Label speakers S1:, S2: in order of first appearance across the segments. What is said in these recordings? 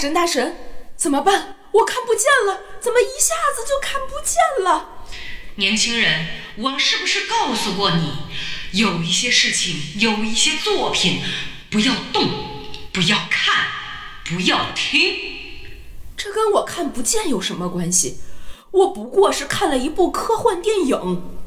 S1: 神大神，怎么办？我看不见了，怎么一下子就看不见了？
S2: 年轻人，我是不是告诉过你，有一些事情，有一些作品，不要动，不要看，不要听。
S1: 这跟我看不见有什么关系？我不过是看了一部科幻电影。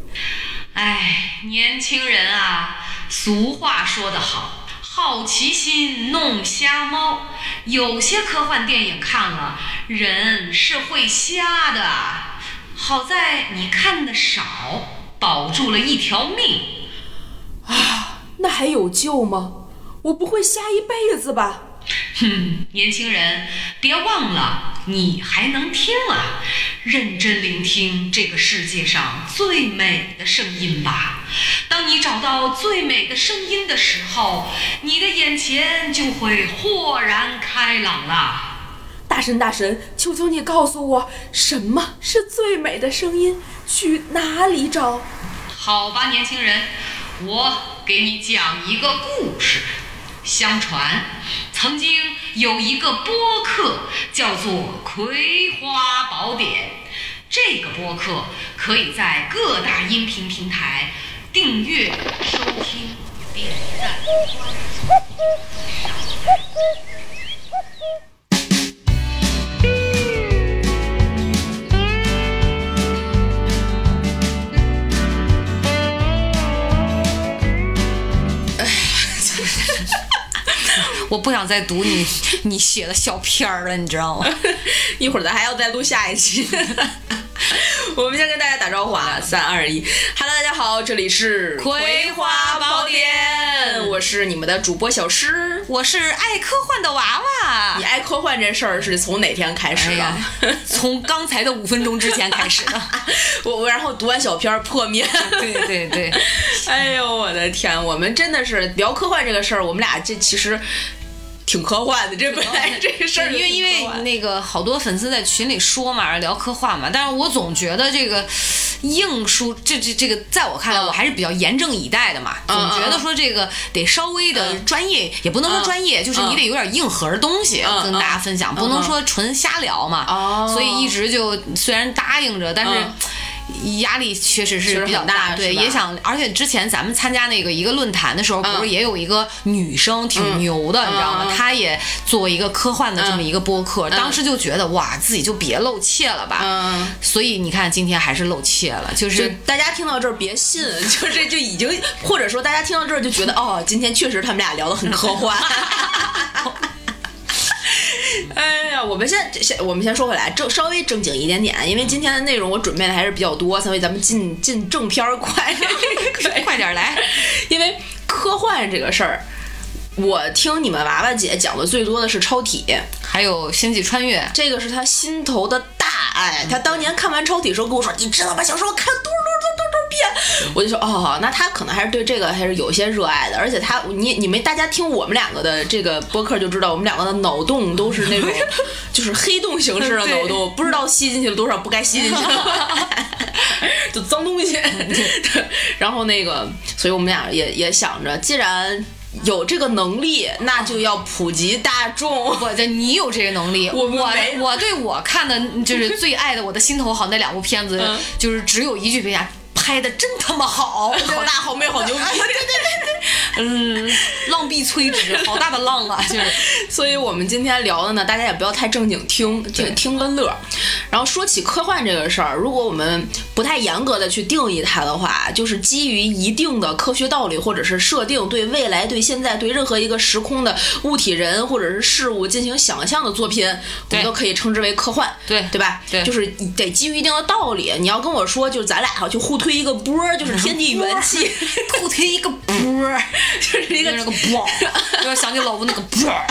S2: 哎，年轻人啊，俗话说得好，好奇心弄瞎猫。有些科幻电影看了，人是会瞎的。好在你看的少，保住了一条命。
S1: 啊，那还有救吗？我不会瞎一辈子吧？
S2: 哼， 年轻人，别忘了，你还能听啊！认真聆听这个世界上最美的声音吧。当你找到最美的声音的时候，你的眼前就会豁然开朗了。
S1: 大神，大神，求求你告诉我，什么是最美的声音？去哪里找？
S2: 好吧，年轻人，我给你讲一个故事。相传，曾经有一个播客叫做《葵花宝典》，这个播客可以在各大音频平台订阅、收听、点赞。
S3: 我不想再读你你写的小片儿了，你知道吗？
S1: 一会儿咱还要再录下一期。 我们先跟大家打招呼啊，三二一，Hello，大家好，这里是《
S3: 葵花宝典》，嗯
S1: 我是你们的主播小诗。
S3: 我是爱科幻的娃娃
S1: 你，爱科幻这事儿是从哪天开始
S3: 啊哎
S1: 的？
S3: 呀， 从刚才的五分钟之前开始的。
S1: 我我然后读完小片儿破 灭。
S3: 对对对，
S1: 哎呦我的天，我们真的是聊科幻这个事儿，我们俩这其实挺科幻的，这本来这 个事儿
S3: 因为
S1: 就
S3: 因
S1: 挺啊科幻
S3: 为那个好多粉丝在群里说嘛，聊科幻嘛，但是我总觉得这个硬说这这这个，在我看来，我还是比较严正以待的嘛，总
S1: 嗯
S3: 觉得说这个得稍微的专业，也不能说专业，就是你得有点硬核的东西
S1: 嗯
S3: 跟大家分享，不能说纯瞎聊嘛
S1: 哦。嗯
S3: 所以一直就虽然答应着，但是。压力确实
S1: 确
S3: 是
S1: 实
S3: 比较
S1: 很大
S3: 对，
S1: 是吧
S3: 也想，而且之前咱们参加那个一个论坛的时候，
S1: 嗯
S3: 不是也有一个女生挺牛的，你知道吗
S1: 嗯嗯？
S3: 她也做一个科幻的这么一个播客，当时就觉得哇，自己就别露怯了吧。
S1: 嗯
S3: 所以你看，今天还是露怯了，就
S1: 就是大家听到这儿别信， 就是就已经，或者说大家听到这儿就觉得哦，今天确实他们俩聊得很科幻。 哎呀，我们先先我们先说回来，正稍微正经一点点，因为今天的内容我准备的还是比较多，所以咱们进进正片儿快
S3: 快点来。
S1: 因为科幻这个事儿，我听你们娃娃姐讲的最多的是超体，
S3: 还有《星际穿越》，
S1: 这个是她心头的大爱。她当年看完超体时候跟我说：“你知道吧，小时候看多少多少多少遍。”我就说：“哦，那她可能还是对这个还是有些热爱的。而且她，你你们大家听我们两个的这个播客就知道，我们两个的脑洞都是那种就是黑洞形式的脑洞，不知道吸进去了多少不该吸进去的。就脏东西。对，然后那个，所以我们俩也也想着，既然有这个能力，那就要普及大众。
S3: 我这你有这个能力，
S1: 我
S3: 我
S1: 们没有
S3: 我对我看的就是最爱的我的心头好那两部片子，
S1: 嗯
S3: 就是只有一句评价，拍的真他妈好，
S1: 好大好美好牛逼，
S3: 嗯，浪必摧之，好大的 浪啊，就是
S1: 所以我们今天聊的呢，大家也不要太正经听，听听个乐儿。然后说起科幻这个事儿，如果我们不太严格的去定义它的话，就是基于一定的科学道理或者是设定，对未来、对现在、对任何一个时空的物体、人或者是事物进行想象的作品，我
S3: 对
S1: 们都可以称之为科幻，
S3: 对
S1: 对吧？
S3: 对
S1: 就是得基于一定的道理。你要跟我说，就是咱俩要去互推一个波儿， 就是天地元气，
S3: 兔推一个波儿，
S1: 就是一个
S3: 那个 波儿，有点想起老吴那个波儿。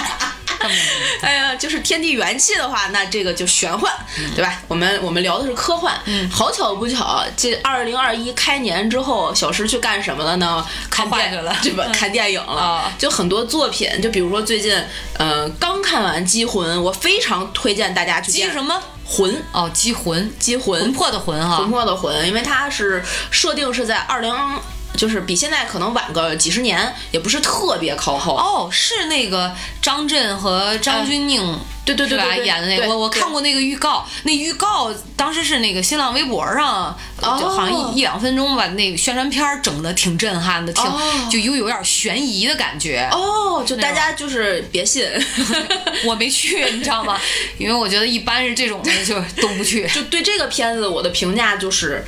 S3: 看不见
S1: 哎呀，就是天地元气的话，那这个就玄幻，
S3: 嗯
S1: 对吧？我们我们聊的是科幻。好巧不巧，这二零二一开年之后，小石去干什么了呢？看
S3: 画
S1: 电
S3: 去了嗯
S1: 对吧？看电影了。
S3: 啊
S1: 就很多作品，就比如说最近，呃，刚看完《机魂》，我非常推荐大家去
S3: 鸡
S1: 见
S3: 什么？
S1: 魂，
S3: 哦，鸡魂，
S1: 机魂
S3: 魂魄的魂哈
S1: 魂。魄的魂，因为它是设定是在二零就是比现在可能晚个几十年，也不是特别靠后。
S3: 哦，是那个张震和张钧甯、
S1: 嗯对对对
S3: 是吧
S1: 对对
S3: 演的那个，
S1: 对
S3: 我我
S1: 对
S3: 看过那个预告，那预告当时是那个新浪微博上，
S1: 哦
S3: 呃就好像一一两分钟吧，那个宣传片儿整的挺震撼的，挺
S1: 哦
S3: 就又有点悬疑的感觉。
S1: 哦，就大家就是别 信，，
S3: 我没去，你知道吗？因为我觉得一般是这种的就都不去
S1: 就对这个片子我的评价就是。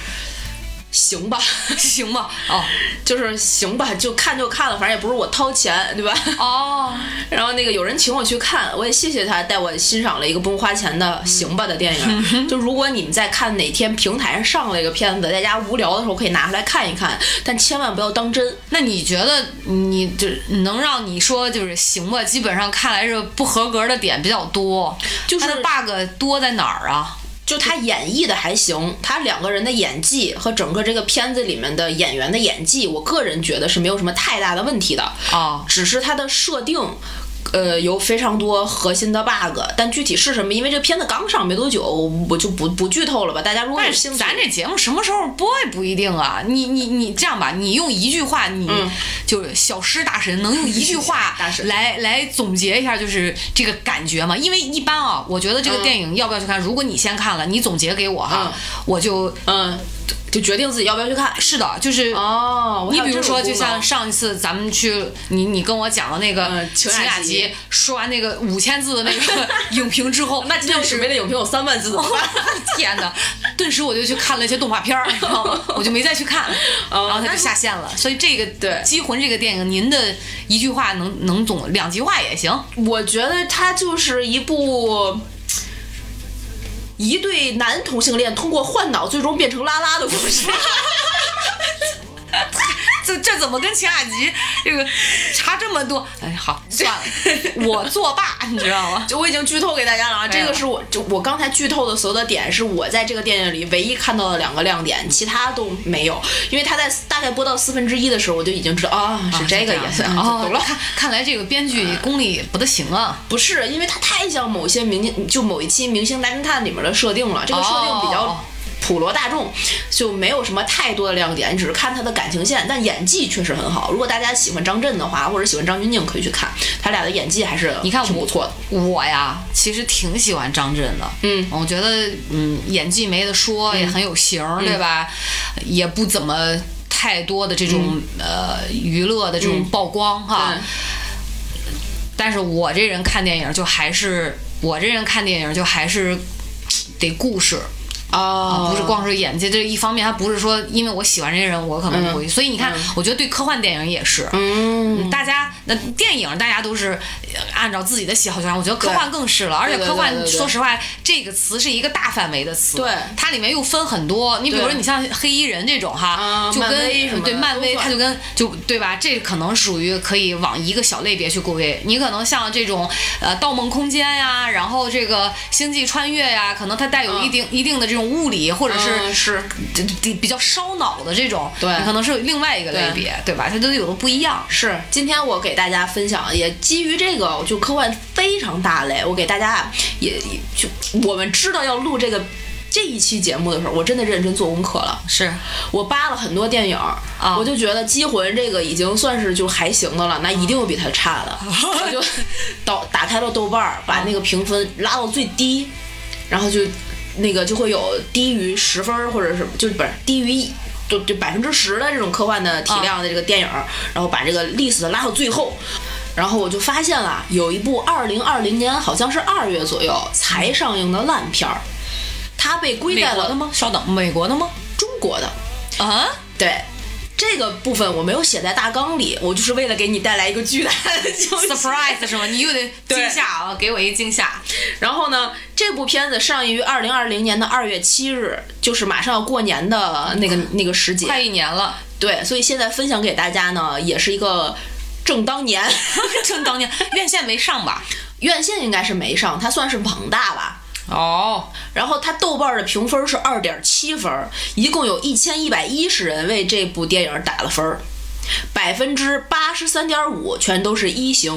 S1: 行吧，
S3: 行吧？哦
S1: 就是行吧，就看就看了，反正也不是我掏钱，对吧？
S3: 哦，
S1: 然后那个有人请我去看，我也谢谢他带我欣赏了一个不用花钱的行吧的电影。就如果你们在看哪天平台上上了一个片子，在家无聊的时候可以拿出来看一看，但千万不要当真。
S3: 那你觉得你就能让你说就是行吧？基本上看来是不合格的点比较多，
S1: 就是
S3: 它的 bug 多在哪儿啊？
S1: 就他演绎的还行，他两个人的演技和整个这个片子里面的演员的演技，我个人觉得是没有什么太大的问题的。
S3: 哦，
S1: 只是它的设定，呃，有非常多核心的 bug，但具体是什么，因为这个片子刚上没多久，我我就不不剧透了吧。大家如果有
S3: 但
S1: 兴
S3: 是
S1: 趣，
S3: 咱这节目什么时候播也不一定啊。你你你这样吧，你用一句话，你、就是小师大神能用一句话
S1: 嗯 大神
S3: 来来总结一下，就是这个感觉嘛。因为一般啊，我觉得这个电影要不要去看，如果你先看了，你总结给我
S1: 嗯
S3: 哈，我就
S1: 嗯，就决定自己要不要去看。
S3: 是的，就是。
S1: 哦，我还
S3: 你
S1: 有
S3: 比如
S1: 这种
S3: 说，就
S1: 功能
S3: 像上一次咱们去，你你跟我讲的那个
S1: 嗯
S3: 秦
S1: 秦
S3: 雅
S1: 雅
S3: 集
S1: 集
S3: 说完那个五千字的那个 影评之后，
S1: 那今天我准备的影评有三万字怎么 办？
S3: 天哪！顿时我就去看了一些动画片儿，你知道 吗？我就没再去看，
S1: 哦
S3: 然后它就下线了。所以这个
S1: 对
S3: 《机魂》这个电影，您的一句话能能总两句话也行。
S1: 我觉得它就是一部。一对男同性恋通过换脑，最终变成拉拉的故事。
S3: 这这怎么跟秦雅集这个差这么多？哎，好 算了，我作罢，你知道吗？
S1: 就我已经剧透给大家了啊，
S3: 对
S1: 这
S3: 啊
S1: 个是我就我刚才剧透的所有的点，是我在这个电影里唯一看到的两个亮点，其他都没有。因为他在大概播到四分之一的时候，我就已经知道啊、是这个意 思，
S3: 样
S1: 啊，
S3: 哦，
S1: 懂了。
S3: 看看来这个编剧功力不得行啊。
S1: 不是，因为它太像某些明就某一期《明星大侦探》里面的设定了，这个设定比
S3: 哦
S1: 较普罗大众，就没有什么太多的亮点，你只是看他的感情线，但演技确实很好。如果大家喜欢张震的话，或者喜欢张钧甯，可以去看他俩的演技还是
S3: 你看我
S1: 挺不错的。
S3: 我呀，其实挺喜欢张震的，
S1: 嗯，
S3: 我觉得嗯演技没得说，也很有型儿，对吧？
S1: 嗯
S3: 也不怎么太多的这种、呃娱乐的这种曝光哈。
S1: 嗯
S3: 但是我这人看电影就还是我这人看电影就还是得故事，啊
S1: 哦
S3: 不是光是演技这一方面，还不是说因为我喜欢这些人，我可能
S1: 嗯
S3: 不会。所以你看，我觉得对科幻电影也是，嗯，大家那电影大家都是呃按照自己的喜好去看，我觉得科幻更是了。而且
S1: 对对
S3: 科幻
S1: 对对对
S3: 说实话，这个词是一个大范围的词，
S1: 对
S3: 它里面又分很多。你比如说，
S1: 对
S3: 你像黑衣人这种哈，
S1: 啊
S3: 就
S1: 漫威什么
S3: 跟
S1: 的
S3: 对漫威，
S1: 都算
S3: 它就跟就对吧？这可能属于可以往一个小类别去归类。你可能像这种呃《盗梦空间》呀，然后这个《星际穿越》呀，可能它带有一定一定的这种物理或者是
S1: 嗯啊是
S3: 这这比较烧脑的这种，
S1: 对
S3: 你可能是另外一个类
S1: 对
S3: 别，对吧？它都有的不一样。
S1: 是，今天我给大家分享，也基于这个，就科幻非常大类，我给大家啊也也就我们知道要录这个这一期节目的时候，我真的认真做功课了。
S3: 是，
S1: 我扒了很多电影儿，
S3: 啊
S1: 我就觉得《机魂》这个已经算是就还行的了，那一定有比它差
S3: 啊
S1: 的。我 就导打开了豆瓣儿，把那个评分拉到最低，然后就那个就会有低于十分儿或者什么，就不是低于一。就就百分之十的这种科幻的体
S3: 啊
S1: 量的这个电影儿，然后把这个 list 拉到最后，然后我就发现了有一部二零二零年好像是二月左右才上映的烂片儿，它被归
S3: 美
S1: 在
S3: 国的
S1: 了
S3: 吗？稍等，美国的吗？
S1: 中国的，
S3: 啊？
S1: 对。这个部分我没有写在大纲里，我就是为了给你带来一个巨大的惊喜
S3: surprise 是吗？你又得
S1: 对
S3: 惊吓啊，给我一惊吓。
S1: 然后呢，这部片子上映于二零二零年的二月七日，就是马上要过年的那个那个时节。
S3: 啊快一年 了，
S1: 对，所以现在分享给大家呢，也是一个正当年。
S3: 正当年院线没上吧？
S1: 院线应该是没上，它算是网大吧。
S3: 哦，
S1: 然后它豆瓣的评分是二点七分儿，一共有一千一百一十人为这部电影打了分儿，百分之八十三点五全都是一星，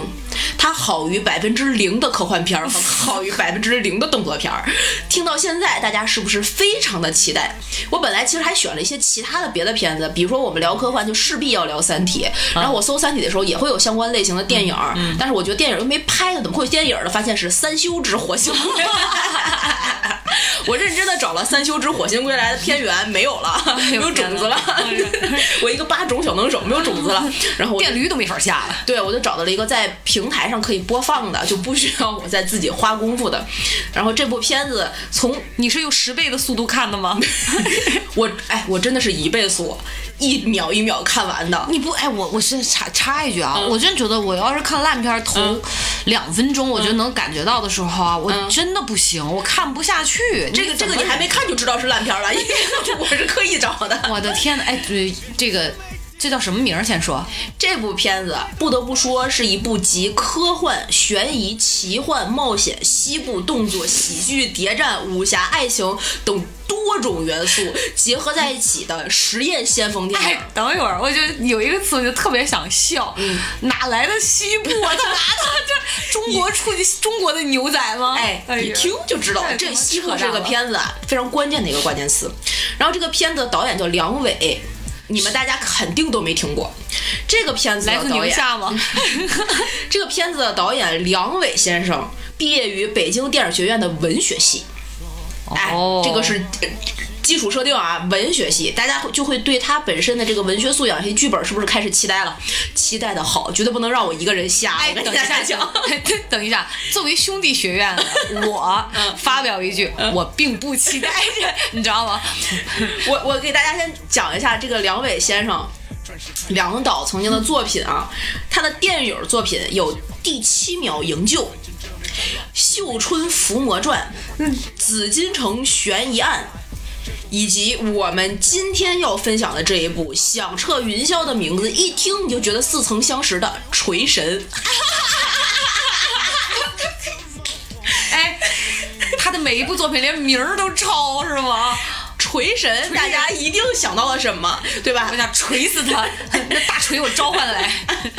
S1: 它好于百分之零的科幻片儿和好于百分之零的动作片儿。听到现在，大家是不是非常的期待？我本来其实还选了一些其他的别的片子，比如说我们聊科幻就势必要聊《三体》，然后我搜《三体》的时候也会有相关类型的电影，但是我觉得电影又没拍呢，怎么会有电影呢？发现是《三修之火星》。我认真的找了《三修之火星归来》的片源，没有了，没有种子了。我一个八种小能手没有种子了，然后我
S3: 电驴都没法下了。
S1: 对，我就找到了一个在平台上可以播放的，就不需要我再自己花功夫的。然后这部片子从
S3: 你是用十倍的速度看的吗？
S1: 我哎，我真的是一倍速，一秒一秒看完的。
S3: 你不哎，我我是插插一句啊，我真觉得我要是看烂片头两分钟，我就能感觉到的时候啊，我真的不行，我看不下去。
S1: 这个这个你还没看就知道是烂片 了，因为我是刻意找的。
S3: 我的天呐，哎，对这个。这叫什么名儿？先说
S1: 这部片子，不得不说是一部集科幻、悬疑、奇幻、冒险、西部动作、喜剧、谍战、武侠、爱情等多种元素结合在一起的实验先锋电影。
S3: 哎，等一会儿，我就有一个词，我就特别想笑，
S1: 嗯、
S3: 哪来的西部啊？他拿的这中国出中国的牛仔吗？
S1: 哎，
S3: 哎
S1: 一听就知道，
S3: 哎、
S1: 这西部这个片子啊，非常关键的一个关键词。然后这个片子的导演叫梁伟。你们大家肯定都没听过这个片子
S3: 来自
S1: 导
S3: 宁
S1: 演，
S3: 夏吗？
S1: 这个片子的导演梁伟先生毕业于北京电影学院的文学系， 哎，
S3: 哦
S1: 这个是。呃基础设定啊，文学系，大家就会对他本身的这个文学素养以及剧本是不是开始期待了？期待的好，绝对不能让我一个人瞎。
S3: 哎，
S1: 我跟
S3: 等一
S1: 大家
S3: 下，
S1: 讲，
S3: 等 等一下，作为兄弟学院， 我发表一句，
S1: 嗯
S3: 我并不期待，你知道吗？
S1: 我我给大家先讲一下这个梁伟先生，梁导曾经的作品啊，他的电影作品有《第七秒营救》。《绣春伏魔传》、《紫禁城悬疑案》，以及我们今天要分享的这一部《响彻云霄》的名字，一听你就觉得似曾相识的《锤神》。
S3: 哎，他的每一部作品连名儿都抄是吗？
S1: 锤神，大家一定想到了什么，对吧
S3: 我？想锤死他，那大锤我召唤来。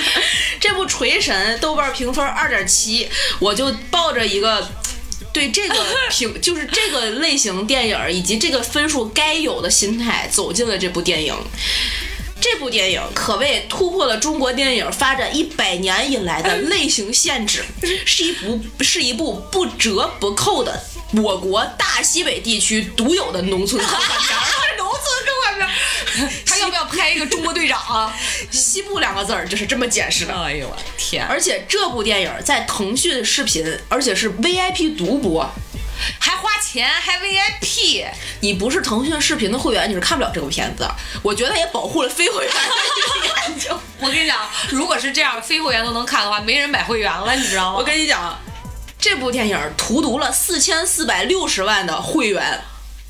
S1: 这部《锤神》豆瓣评分二点七，我就抱着一个。对这个评，就是这个类型电影儿以及这个分数该有的心态走进了这部电影。这部电影可谓突破了中国电影发展一百年以来的类型限制，是一部是一部不折不扣的我国大西北地区独有的农村科幻片儿。
S3: 农村科幻片，他要不要拍一个中国队长啊？
S1: 西部两个字儿就是这么解释的。
S3: 哎呦我天！
S1: 而且这部电影在腾讯视频，而且是 VIP 独播，
S3: 还花钱，还 VIP，
S1: 你不是腾讯视频的会员，你是看不了这部片子的。我觉得也保护了非会员的眼睛。
S3: 我跟你讲，如果是这样，非会员都能看的话，没人买会员了，你知道吗？
S1: 我跟你讲，这部电影荼毒了四千四百六十万的会员。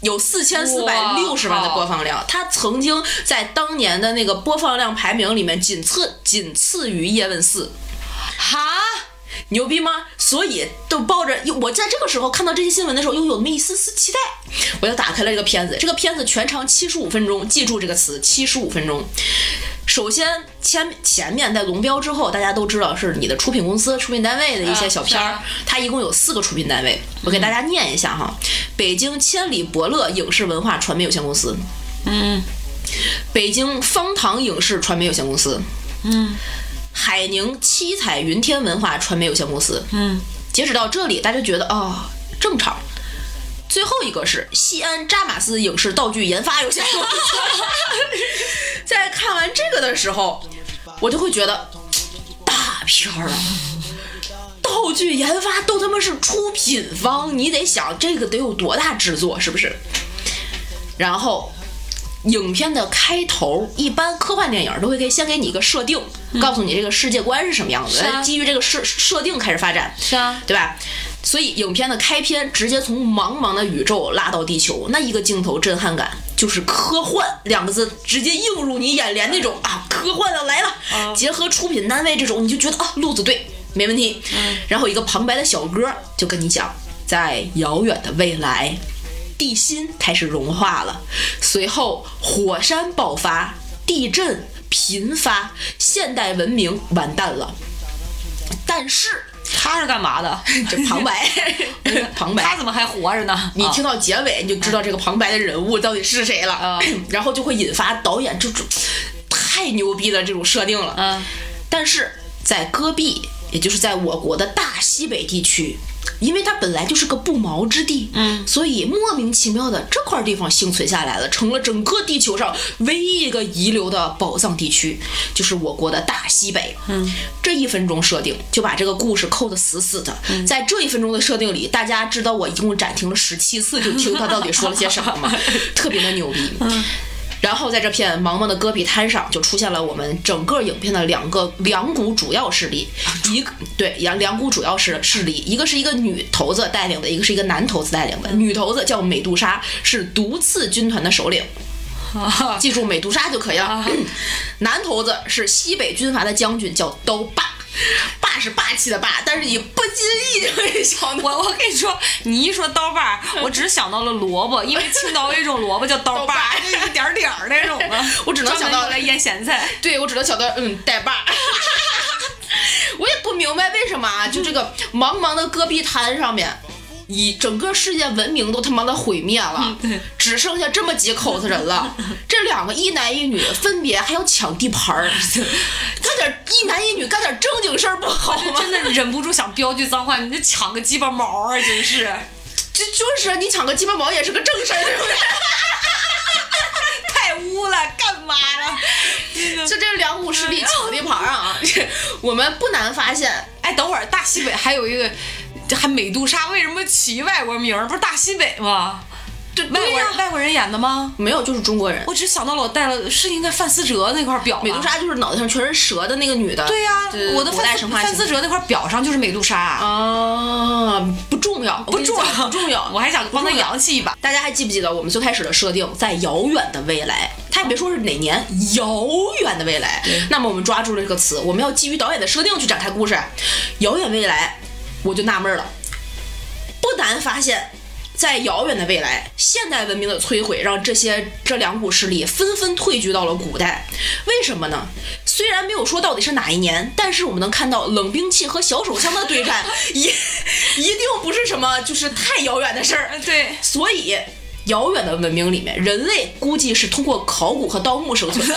S1: 有四千四百六十万的播放量，它曾经在当年的那个播放量排名里面仅次仅次于《叶问四》，
S3: 哈，
S1: 牛逼吗？所以都抱着我在这个时候看到这些新闻的时候，又有那么一丝丝期待，我就打开了这个片子。这个片子全长七十五分钟，记住这个词，七十五分钟。首先前前面在龙标之后，大家都知道是你的出品公司、出品单位的一些小片儿，
S3: 啊
S1: 它一共有四个出品单位，我给大家念一下哈：北京千里伯乐影视文化传媒有限公司，
S3: 嗯，
S1: 北京方糖影视传媒有限公司，
S3: 嗯，
S1: 海宁七彩云天文化传媒有限公司，
S3: 嗯，
S1: 截止到这里，大家觉得哦正常。最后一个是西安扎马斯影视道具研发有限公司。 在看完这个的时候，我就会觉得大片儿啊，道具研发都他妈是出品方，你得想这个得有多大制作，是不是？然后影片的开头，一般科幻电影都会给先给你一个设定，告诉你这个世界观是什么样子，
S3: 嗯是啊
S1: 基于这个设设定开始发展，
S3: 是啊
S1: 对吧？所以影片的开篇直接从茫茫的宇宙拉到地球，那一个镜头震撼感就是科幻两个字直接映入你眼帘那种啊，
S3: 嗯
S1: 科幻的来了。结合出品单位这种，你就觉得啊路子对，没问题。然后一个旁白的小哥就跟你讲，在遥远的未来，地心开始融化了，随后火山爆发，地震频发，现代文明完蛋了。但但是
S3: 他是干嘛 的？
S1: 这旁白，嗯旁白，
S3: 他啊怎么还活着呢？
S1: 你听到结尾你就知道这个旁白的人物到底是谁了，
S3: 啊
S1: 然后就会引发导演这种太牛逼的这种设定了。
S3: 嗯，
S1: 但是在戈壁，也就是在我国的大西北地区，因为它本来就是个不毛之地，嗯，所以莫名其妙的这块地方幸存下来了，成了整个地球上唯一一个遗留的宝藏地区，就是我国的大西北。嗯，这一分钟设定就把这个故事扣得死死的。在这一分钟的设定里，大家知道我一共暂停了十七次，就听他到底说了些什么 吗？特别的牛逼。嗯。然后在这片茫茫的戈壁滩上，就出现了我们整个影片的两个两股主要势力，一个对两两股主要势势力，一个是一个女头子带领的，一个是一个男头子带领的。女头子叫美杜莎，是毒刺军团的首领。
S3: 啊
S1: 记住美杜莎就可以了。 男头子是西北军阀的将军，叫刀疤，霸是霸气的霸，但是你不经意就会想到，
S3: 我我跟你说，你一说刀把儿，我只想到了萝卜，因为青岛有一种萝卜叫 刀把儿，就一点儿点儿那种 的
S1: 我只能想到
S3: 专门用来腌咸菜。
S1: 对我只能想到嗯带把。 我也不明白为什么啊，就这个茫茫的戈壁滩上面，以整个世界文明都他妈的毁灭了，只剩下这么几口子人了。这两个一男一女分别还要抢地盘儿，干点一男一女干点正经事儿不好
S3: 就
S1: 吗？
S3: 真的忍不住想飙句脏话，你这抢个鸡巴毛啊！真是，
S1: 就就是啊你抢个鸡巴毛也是个正事儿，对不对？
S3: 太污了，干嘛呢？真的
S1: 就这两股势力抢地盘儿啊， 我们不难发现，
S3: 哎，等会儿大西北还有一个，这还美杜莎，为什么起外国名儿？不是大西北吗？
S1: 对
S3: 外
S1: 对
S3: 国
S1: 呀、
S3: 人外国人演的吗？
S1: 没有就是中国人。
S3: 我只想到了我带了，是应该范思哲那块表吧
S1: 美杜莎就是脑袋上全是蛇的那个女的。
S3: 对呀、
S1: 就是
S3: 我的
S1: 古
S3: 范
S1: 代
S3: 思
S1: 神话
S3: 范思
S1: 型
S3: 哲那块表上就是美杜莎、
S1: 啊，不重要，我
S3: 不
S1: 跟你
S3: 重要，
S1: 讲不重要。
S3: 我还想帮他
S1: 不重要
S3: 洋气一把。
S1: 大家还记不记得我们最开始的设定，在遥远的未来，他也别说是哪年，遥远的未来。那么我们抓住了这个词，我们要基于导演的设定去展开故事。遥远未来，我就纳闷了，不难发现。在遥远的未来，现代文明的摧毁让这些这两股势力纷纷退居到了古代。为什么呢？虽然没有说到底是哪一年，但是我们能看到冷兵器和小手枪的对 战，一 一定不是什么就是太遥远的事儿。
S3: 对，
S1: 所以，遥远的文明里面，人类估计是通过考古和盗墓生存的，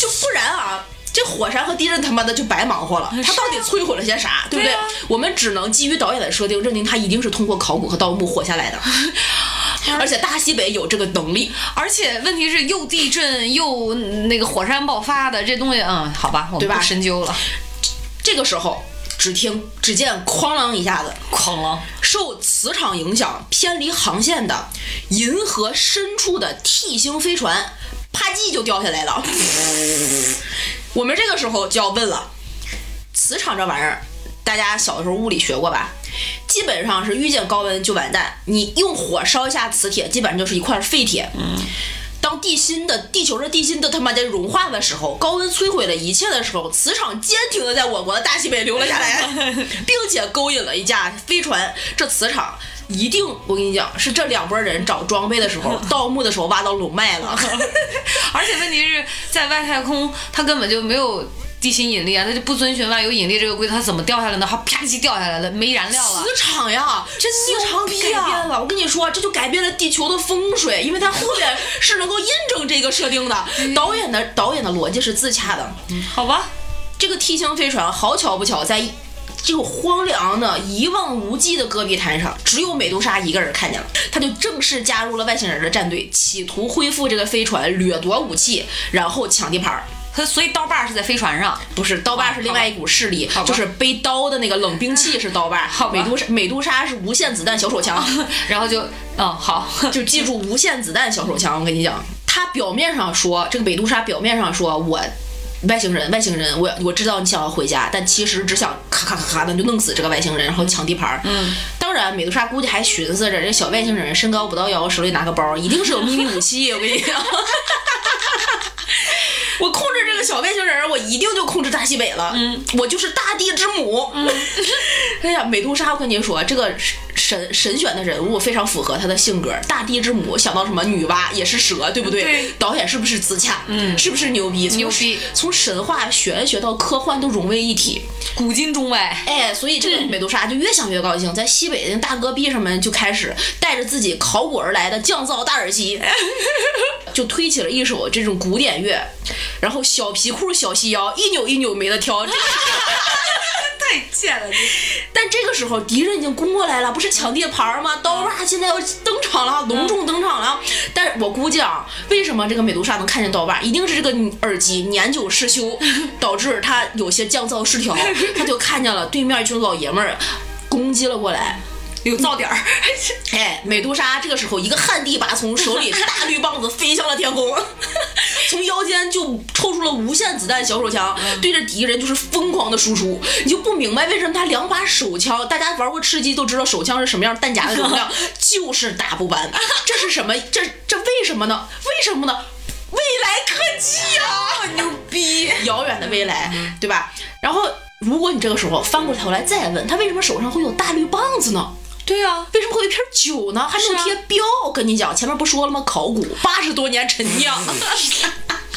S1: 就不然啊。这火山和地震他妈的就白忙活了，它到底摧毁了些啥，对不对？
S3: 对啊
S1: 我们只能基于导演的设定，认定它一定是通过考古和盗墓活下来的，而且大西北有这个能力。
S3: 而且问题是又地震又那个火山爆发的这东西，嗯，好吧，我
S1: 对
S3: 们
S1: 吧
S3: 不深究了。
S1: 这个时候，只听只见哐啷一下子，
S3: 狂狼，
S1: 受磁场影响偏离航线的银河深处的 T 型飞船，啪叽就掉下来了。我们这个时候就要问了，磁场这玩意儿，大家小的时候物理学过吧？基本上是遇见高温就完蛋，你用火烧一下磁铁，基本上就是一块废铁。当地心的地球的地心都他妈的融化的时候，高温摧毁了一切的时候，磁场坚挺的在我国的大西北留了下来，并且勾引了一架飞船。这磁场一定，我跟你讲，是这两拨人找装备的时候，盗墓的时候挖到龙脉了。
S3: 而且问题是在外太空，它根本就没有地心引力啊，它就不遵循万有引力这个规则，它怎么掉下来呢？它啪叽掉下来了，没燃料了
S1: 磁。场呀，这
S3: 牛
S1: 磁场改
S3: 逼啊
S1: 变了。我跟你说，这就改变了地球的风水，因为它后面是能够印证这个设定的。导演的导演的逻辑是自洽的。
S3: 好吧，
S1: 这个 T 型飞船好巧不巧，在这个荒凉的一望无际的戈壁滩上，只有美杜莎一个人看见了，她就正式加入了外星人的战队，企图恢复这个飞船，掠夺武器，然后抢地盘儿。
S3: 它所以刀把是在飞船上，
S1: 不是刀
S3: 好
S1: 疤
S3: 吧
S1: 是另外一股势力
S3: 好，吧
S1: 就是背刀的那个冷兵器是刀疤
S3: 好，吧
S1: 美杜莎美杜莎是无限子弹小手枪。
S3: 然后就嗯好，
S1: 就记住无限子弹小手枪，我跟你讲，他表面上说这个美杜莎表面上说我。外星人，外星人，我我知道你想要回家，但其实只想咔咔咔咔的就弄死这个外星人，然后抢地盘儿。嗯，当然，美杜莎估计还寻思着这小外星人身高不到腰，手里拿个包，一定是有秘密武器。我跟你讲，我控制这个小外星人，我一定就控制大西北 了。嗯，我就是大地之母。嗯，哎呀，美杜莎，我跟你说，这个神神选的人物非常符合他的性格。大地之母想到什么女娲也是蛇，对不对？
S3: 对
S1: 导演是不是自洽？嗯，是不是牛逼？从
S3: 牛逼！
S1: 从神话、玄学到科幻都融为一体。
S3: 古今中 外，
S1: 哎，所以这个美杜莎就越想越高兴，在西北的大戈壁上面就开始带着自己考古而来的降噪大耳机， 就推起了一首这种古典乐，然后小皮裤、小细腰，一扭一扭没得挑。这个
S3: 太贱了！
S1: 但这个时候敌人已经攻过来了，不是抢地盘儿吗？刀疤现在要登场了，隆重登场了。但是我估计啊，为什么这个美杜莎能看见刀疤，一定是这个耳机年久失修，导致他有些降噪失调，他就看见了对面一群老爷们儿攻击了过来。
S3: 有噪点儿，
S1: 哎，美杜莎这个时候一个旱地拔葱，手里大绿棒子飞向了天空， 从腰间就抽出了无限子弹小手枪，对着敌人就是疯狂的输出。你就不明白为什么他两把手枪，大家玩过吃鸡都知道手枪是什么样弹夹的容量，就是打不完。这是什么？这这为什么呢？为什么呢？未来科技呀、 牛逼！遥远的未来，对吧？然后，如果你这个时候翻过头来再问他为什么手上会有大绿棒子呢？
S3: 对啊，
S1: 为什么会有一瓶酒呢？还没有贴标。我跟你讲，前面不说了吗？考古八十多年陈酿。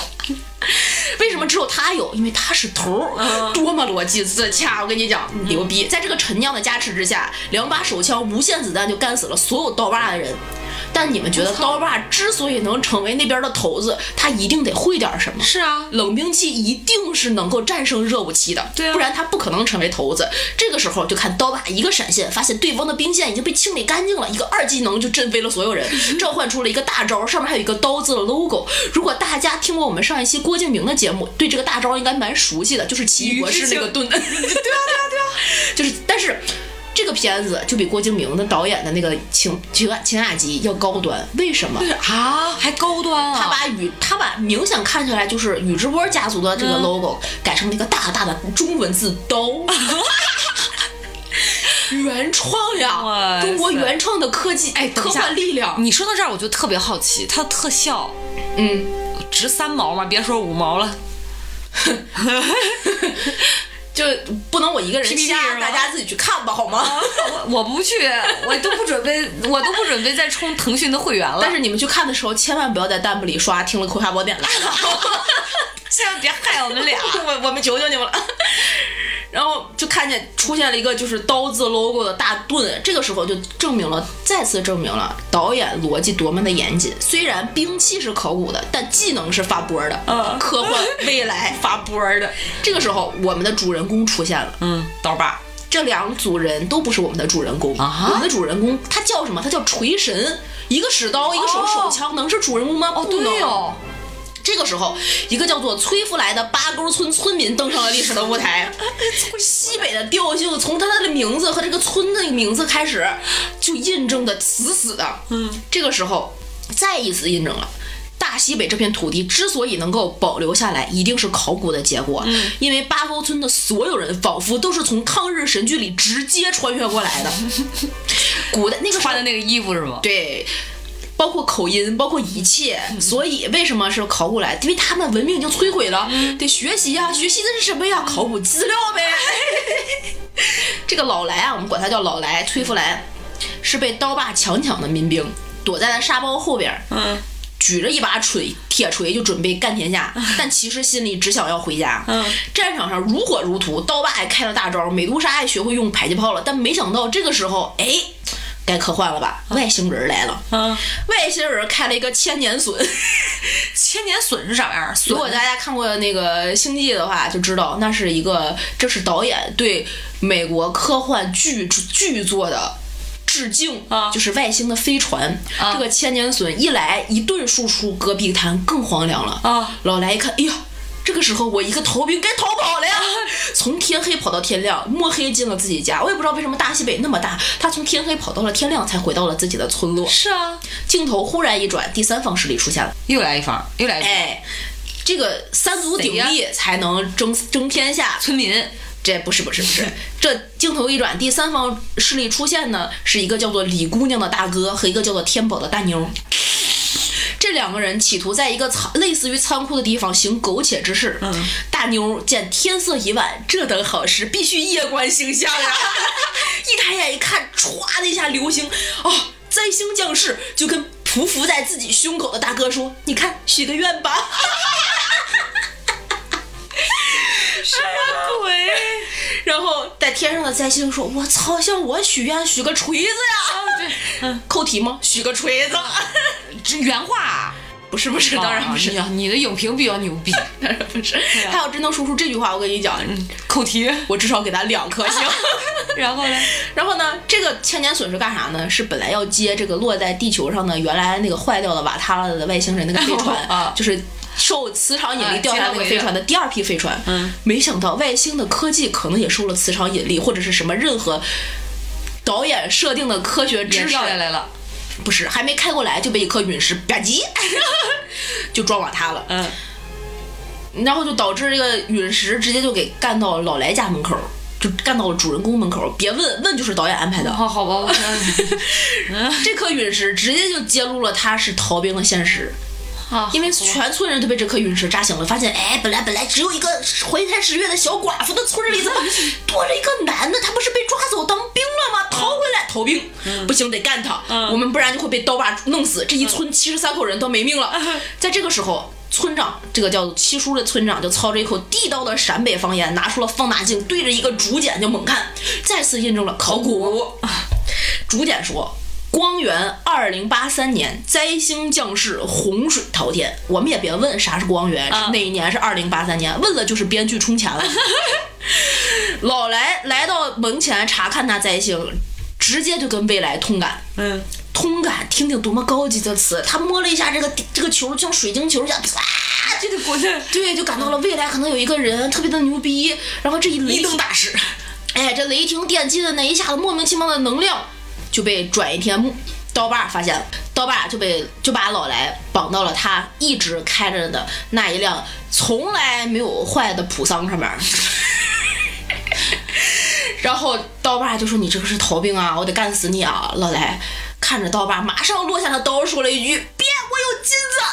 S1: 为什么只有他有？因为他是头儿，多么逻辑自洽！我跟你讲，牛逼！在这个陈酿的加持之下，两把手枪无限子弹就干死了所有刀把的人。但你们觉得刀把之所以能成为那边的头子，他一定得会点儿什么？
S3: 是啊，
S1: 冷兵器一定是能够战胜热武器的，
S3: 对啊
S1: 不然他不可能成为头子。这个时候就看刀把一个闪现，发现对方的兵线已经被清理干净了，一个二技能就震飞了所有人，
S3: 嗯
S1: 召唤出了一个大招，上面还有一个刀字的 logo。如果大家听过我们上一期郭敬明的节目，对这个大招应该蛮熟悉的，就是奇异博士那个盾。 对啊，对啊，对啊，就是但是。这个片子就比郭敬明的导演的那个情情爱情雅集要高端，为什么？
S3: 对啊，还高端
S1: 他
S3: 啊！
S1: 把宇，他把明显看起来就是宇智波家族的这个
S3: 嗯
S1: logo 改成了一个大大的中文字“刀”， 原创呀！
S3: 哇塞
S1: 中国原创的科技，哎，科
S3: 一下
S1: 幻力量，
S3: 你说到这儿，我就特别好奇，它的特效
S1: 嗯，
S3: 值三毛吗？别说五毛了，
S1: 就不能我一个人
S3: PPT 是
S1: 瞎，
S3: 吗
S1: 大家自己去看吧，好吗？
S3: 我我不去，我都不准备，我都不准备再充腾讯的会员
S1: 但
S3: 了。
S1: 是你们去看的时候，千万不要在弹幕里刷“听了葵花宝典”来了。
S3: 千万别害我们 俩
S1: 我我们求求你们了。 然后就看见出现了一个就是刀字 logo 的大盾，这个时候就证明了，再次证明了导演逻辑多么的严谨。虽然兵器是考古的，但技能是发波的，
S3: 嗯
S1: 科幻未来发波的。这个时候，我们的主人公出现了。
S3: 嗯，刀疤。
S1: 这两组人都不是我们的主人公。
S3: 啊
S1: 我们的主人公他叫什么？他叫锤神，一个使刀，一个手
S3: 哦
S1: 手枪，能是主人公吗？
S3: 哦，
S1: 不能。
S3: 对哦，
S1: 这个时候，一个叫做崔福来的八沟村村民登上了历史的舞 台。西北的调性从他的名字和这个村的名字开始，就印证的死死的。嗯，这个时候再一次印证了。大西北这片土地之所以能够保留下来，一定是考古的结果。嗯、因为八沟村的所有人仿佛都是从抗日神剧里直接穿越过 来的。古代那个时候
S3: 穿的那个衣服是嗯吗？
S1: 对，包括口音，包括一切。所以为什么是考古来？因为他们文明已经摧毁了，
S3: 嗯
S1: 得学习呀、学习的是什么呀？考古资料呗。 这个老来啊，我们管他叫老来，崔福来，是被刀把强抢的民兵，躲在了沙包后边。
S3: 嗯，
S1: 举着一把锤铁锤就准备干天下， 但其实心里只想要回家。
S3: 啊嗯，
S1: 战场上如火如荼，刀疤也开了大招，美杜莎也学会用迫击炮了，但没想到这个时候，哎，该科幻了吧？外星人来了，
S3: 嗯，
S1: 外星人开了一个千年隼。
S3: 千年隼是啥样？
S1: 如果
S3: 隼
S1: 大家看过那个《星际》的话，就知道那是一个，这是导演对美国科幻巨巨作的。致敬
S3: 啊
S1: 就是外星的飞船，
S3: 啊
S1: 这个千年隼一来一顿输出，戈壁滩更荒凉了
S3: 啊！
S1: 老来一看，哎呀，这个时候我一个逃兵该逃跑 了呀！从天黑跑到天亮，摸黑进了自己家，我也不知道为什么大西北那么大，他从天黑跑到了天亮才回到了自己的村落。
S3: 是啊，
S1: 镜头忽然一转，第三方势力出现了。
S3: 又来一方，又来一方。
S1: 哎，这个三足鼎
S3: 谁
S1: 立才能争争天下。
S3: 村民，
S1: 这不是不是不 是，这镜头一转，第三方势力出现呢，是一个叫做李姑娘的大哥和一个叫做天宝的大妞。这两个人企图在一个仓类似于仓库的地方行苟且之事。嗯， 大妞见天色已晚，这等好事必须夜观星象呀、一抬眼一看，歘的一下流星，哦，灾星降世，就跟匍匐在自己胸口的大哥说：“你看，许个愿吧。
S3: 什么鬼？”
S1: 然后在天上的灾星说：“我操，向我许愿，许个锤子呀！
S3: 啊，对，嗯，
S1: 扣题吗？许个锤子。”
S3: 这原话啊，
S1: 不是不是，当然不是，
S3: 啊你你的影评比较牛 逼，
S1: 当然不是。
S3: 啊
S1: 他要真能说出这句话，我跟你讲，
S3: 扣题。
S1: 我至少给他两颗 星。
S3: 然后呢？
S1: 然后呢，这个千年隼是干啥呢？是本来要接这个落在地球上的原来那个坏掉的瓦塔拉的外星人那个飞 船，
S3: 啊
S1: 就是受磁场引力哦掉下来那个飞船的第二批飞船。
S3: 嗯，
S1: 没想到外星的科技可能也受了磁场引力，或者是什么任何导演设定的科学知
S3: 也
S1: 识
S3: 掉下来了。
S1: 不是还没开过来就被一颗陨石吧唧 就撞瓦塔了，
S3: 嗯，
S1: 然后就导致这个陨石直接就给干到老莱家门口。就干到了主人公门口，别问问就是导演安排的。
S3: 嗯好好吧，我
S1: 这颗陨石直接就揭露了他是逃兵的现实，
S3: 啊，
S1: 因为全村人都被这颗陨石炸醒了，发现哎，本来本来只有一个怀胎十月的小寡妇的村里，怎么多了一个男的？他不是被抓走当兵了吗？逃回来，逃兵，不行得干他，我们不然就会被刀把弄死，这一村七十三口人都没命了。在这个时候。村长，这个叫七叔的村长就操着一口地道的陕北方言，拿出了放大镜，对着一个竹简就猛看，再次印证了考古。竹简说：“光元二零八三年，灾星降世，洪水滔天。我们也别问啥是光元，
S3: 啊
S1: 是哪一年是二零八三年，问了就是编剧充钱了。老来来到门前查看那灾星，直接就跟未来通感。
S3: 嗯，
S1: 通感，听听多么高级的词！他摸了一下这个这个球，像水晶球一样，啪，
S3: 啊这个国内
S1: 对，就感到了未来可能有一个人特别的牛逼，然后这一雷
S3: 一灯大师，
S1: 哎，这雷霆电击的那一下子莫名其妙的能量就被转移天幕刀把发现了，刀把就被就把老来绑到了他一直开着的那一辆从来没有坏的普桑上 面儿。然后刀把就说：“你这个是逃兵啊，我得干死你啊！”老来看着刀把，马上落下了刀，说了一句：“别，我有金子，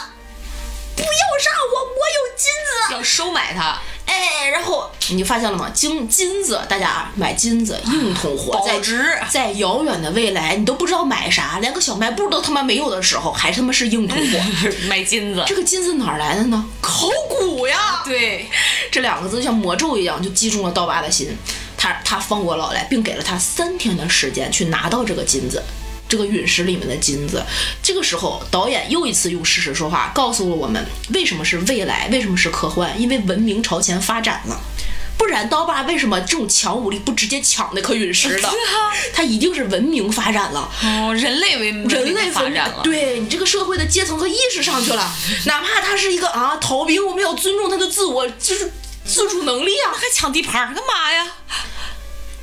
S1: 不要杀我，我有金子。”
S3: 要收买他，
S1: 哎，然后你发现了吗？金金子，大家啊买金子硬通货，
S3: 保
S1: 在
S3: 值
S1: 在遥远的未来，你都不知道买啥，连个小卖部都他妈没有的时候，还他妈是硬通 货。
S3: 买金 子。
S1: 这个金子哪儿来的呢？考古呀！
S3: 对，
S1: 这两个字就像魔咒一样，就击中了刀疤的心。他他放过老来，并给了他三天的时间去拿到这个金子，这个陨石里面的金子。这个时候，导演又一次用事实说话，告诉了我们为什么是未来，为什么是科幻，因为文明朝前发展了。不然，刀疤为什么这种强武力不直接抢那颗陨石呢？他一定是文明发展了。
S3: 哦，人类为
S1: 人类
S3: 发
S1: 分
S3: 展了，
S1: 对你这个社会的阶层和意识上去了。哪怕他是一个啊逃兵，我们要尊重他的自我就是自主能力啊，
S3: 还抢地盘儿干嘛呀？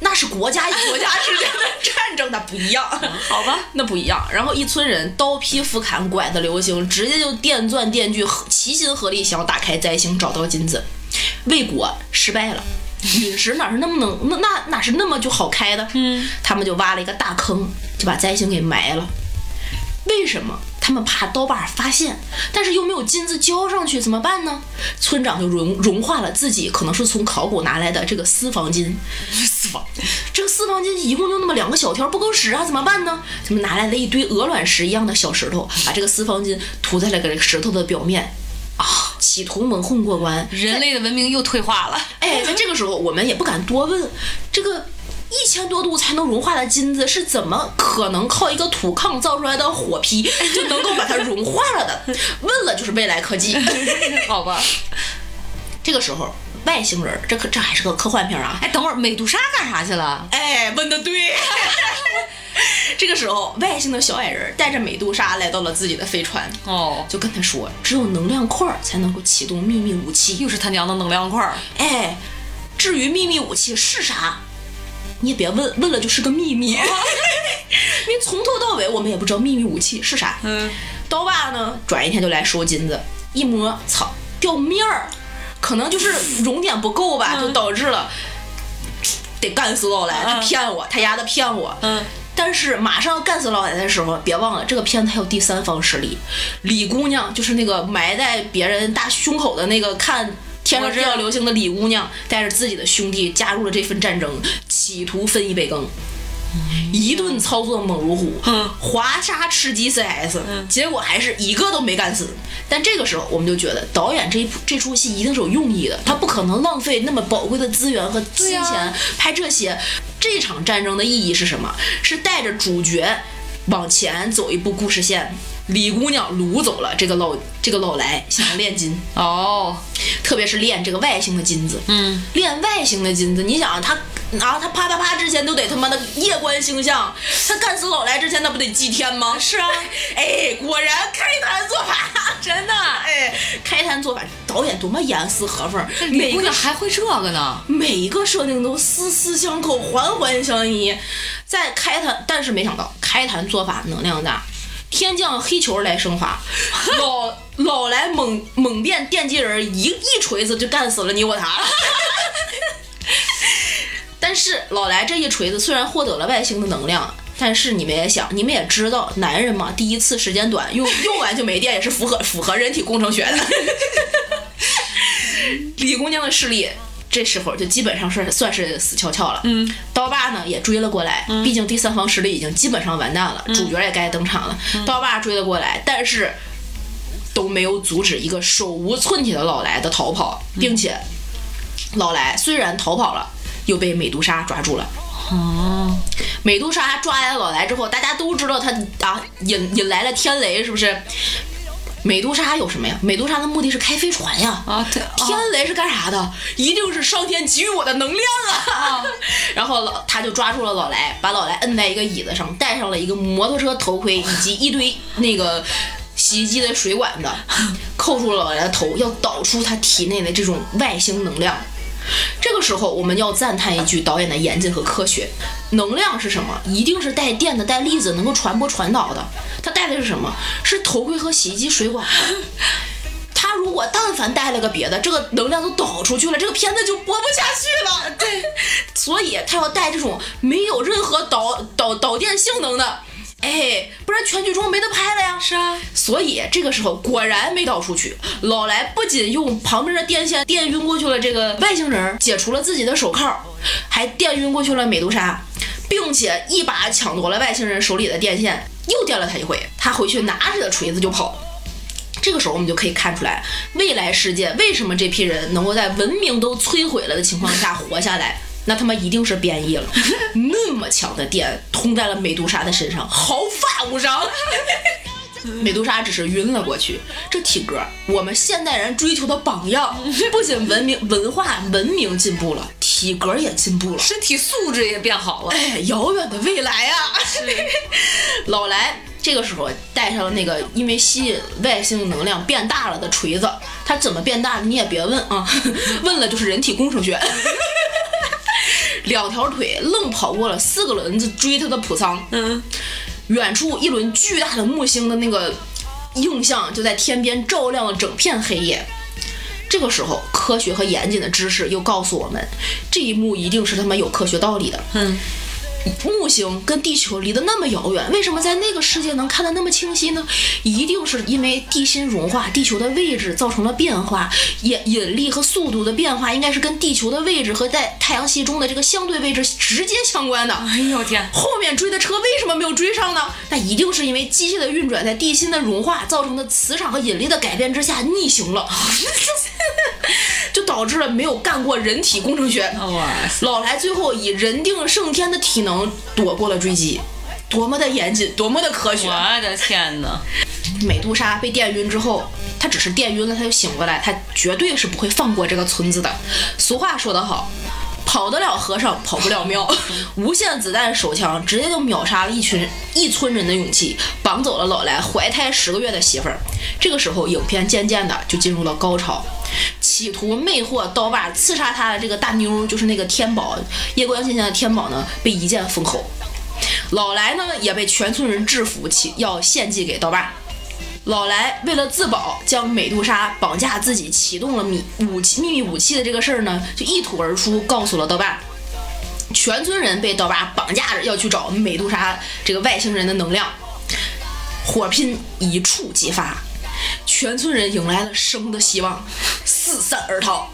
S1: 那是国家与 国家之间的战争，那不一 样。
S3: 好吧，
S1: 那不一样。然后一村人刀劈斧砍，拐子流星，直接就电钻电锯，合齐心合力想要打开灾星，找到金子。未果失败了，陨石哪是那么能那那哪是那么就好开的？嗯，他们就挖了一个大坑，就把灾星给埋了。为什么他们怕刀把发现，但是又没有金子交上去，怎么办呢？村长就融融化了自己可能是从考古拿来的这个私房金，私房， 这个私房金一共就那么两个小条，不够使啊，怎么办呢？他们拿来了一堆鹅卵石一样的小石头，把这个私房金涂在了这个石头的表面，啊，企图蒙混过关，
S3: 人类的文明又退化 了。
S1: 哎，在这个时候，我们也不敢多问，这个一千多度才能融化的金子是怎么可能靠一个土炕造出来的火皮就能够把它融化了的？ 问了就是未来科技。
S3: 好吧，
S1: 这个时候，外星人，这可这还是个科幻片啊！
S3: 哎，等会儿美杜莎干啥去了？
S1: 哎，问的对。 这个时候，外星的小矮人带着美杜莎来到了自己的飞船，
S3: 哦，
S1: 就跟他说，只有能量块儿才能够启动秘密武器。
S3: 又是他娘的能量块儿，
S1: 哎，至于秘密武器是啥，你也别问，问了就是个秘密。因
S3: 哦
S1: 为从头到尾我们也不知道秘密武器是啥。
S3: 嗯，
S1: 刀疤呢，转一天就来收金子，一摸，操，掉面儿，可能就是熔点不够
S3: 嗯
S1: 吧，就导致了得干死老来，他骗我，他丫的骗我。
S3: 嗯，
S1: 但是马上要干死老奶奶的时候，别忘了这个片子还有第三方势力，李姑娘就是那个埋在别人大胸口的那个看天上掉流星的李姑娘，带着自己的兄弟加入了这份战争，企图分一杯羹。一顿操作猛如虎，华沙吃鸡 CS，结果还是一个都没干死。但这个时候我们就觉得，导演这一部这出戏一定是有用意的，他不可能浪费那么宝贵的资源和金
S3: 对
S1: 钱
S3: 啊
S1: 拍这些。这场战争的意义是什么？是带着主角往前走一步故事线。李姑娘掳走了这个老这个老来，想要炼金。
S3: 哦，
S1: 特别是炼这个外星的金子，嗯，炼外星的金子，你想啊他，然后他啪啪啪之前都得他妈的夜观星象，他干死老来之前那不得祭天吗？是啊， 哎，果然开坛做法， 真的，哎，开坛做法，导演多么严丝合缝，
S3: 这李
S1: 每
S3: 姑
S1: 个
S3: 娘还会这个呢？
S1: 每一个设定都丝丝相扣，环环相依。在开坛，但是没想到开坛做法能量大，天降黑球来生发，
S3: 哦
S1: 老老来猛猛电电击人一一锤子就干死了你我他。 但是老来这一锤子虽然获得了外星的能量，但是你们也想，你们也知道，男人嘛，第一次时间短，用用完就没电，也是符合符合人体工程学的。李姑娘的视力。这时候就基本上是算是死翘翘了，嗯，刀疤呢也追了过来，毕竟第三方实力已经基本上完蛋了，主角也该登场了，刀疤追了过来，但是都没有阻止一个手无寸铁的老来的逃跑，并且老来虽然逃跑了，又被美杜莎抓住了。
S3: 哦，
S1: 美杜莎抓来老来之后，大家都知道他啊引引来了天雷，是不是？美杜莎有什么呀？美杜莎的目的是开飞船呀。
S3: 啊，对，
S1: 天
S3: 哦
S1: 雷是干啥的？一定是上天给予我的能量啊！ 然后老他就抓住了老来，把老来摁在一个椅子上，戴上了一个摩托车头盔以及一堆那个洗衣机的水管子，扣住了老来的头，要导出他体内的这种外星能量。这个时候，我们要赞叹一句导演的严谨和科学。能量是什么？一定是带电的、带粒子，能够传播传导的。它带的是什么？是头盔和洗衣机水管。 他如果但凡带了个别的，这个能量都导出去了，这个片子就播不下去了。对， 所以他要带这种没有任何导导导电性能的，哎，不然全剧终没得拍了呀。是啊，所以这个时候果然没导出去，老来不仅用旁边的电线电晕过去了这个外星人儿，解除了自己的手铐，还电晕过去了美杜莎。并且一把抢夺了外星人手里的电线，又电了他一回。他回去拿着锤子就跑，这个时候我们就可以看出来，未来世界为什么这批人能够在文明都摧毁了的情况下活下来。那他妈一定是变异了，那么强的电通在了美杜莎的身上，毫发无伤。美杜莎只是晕了过去。这体格，我们现代人追求的榜样，不仅文明、文化、文明进步了，体格也进步了。
S3: 身体素质也变好了。
S1: 哎，遥远的未来啊！ 老来这个时候带上了那个因为吸引外星能量变大了的锤子，它怎么变大的你也别问啊， 问了就是人体工程学。 两条腿愣跑过了四个轮子追他的普桑，
S3: 嗯，
S1: 远处一轮巨大的木星的那个映像就在天边照亮了整片黑夜。这个时候，科学和严谨的知识又告诉我们，这一幕一定是他妈有科学道理的。
S3: 嗯，
S1: 木星跟地球离得那么遥远，为什么在那个世界能看得那么清晰呢？一定是因为地心融化，地球的位置造成了变化，引引力和速度的变化应该是跟地球的位置和在太阳系中的这个相对位置直接相关的。
S3: 哎呦天，
S1: 后面追的车为什么没有追上呢？那一定是因为机械的运转在地心的融化造成的磁场和引力的改变之下逆行了， 就导致了没有干过人体工程学。
S3: 哇塞，
S1: 老来最后以人定胜天的体能躲过了追击，多么的严谨，多么的科学。啊
S3: 我的天呐，
S1: 美杜莎被电晕之后，她只是电晕了，她就醒过来，她绝对是不会放过这个村子的。俗话说得好，跑得了和尚跑不了庙。无限子弹手枪直接就秒杀了一群一村人的勇气，绑走了老来怀胎十个月的媳妇儿。这个时候，影片渐渐的就进入了高潮。企图魅惑刀把刺杀他的这个大妞儿，就是那个天宝夜光仙侠的天宝呢，被一剑封喉。老来呢也被全村人制服，起要献祭给刀疤。老来为了自保，将美杜莎绑架自己启动了秘武器秘密武器的这个事儿呢，就一吐而出，告诉了刀疤。全村人被刀疤绑架着要去找美杜莎这个外星人的能量，火拼一触即发，全村人迎来了生的希望，四散而逃。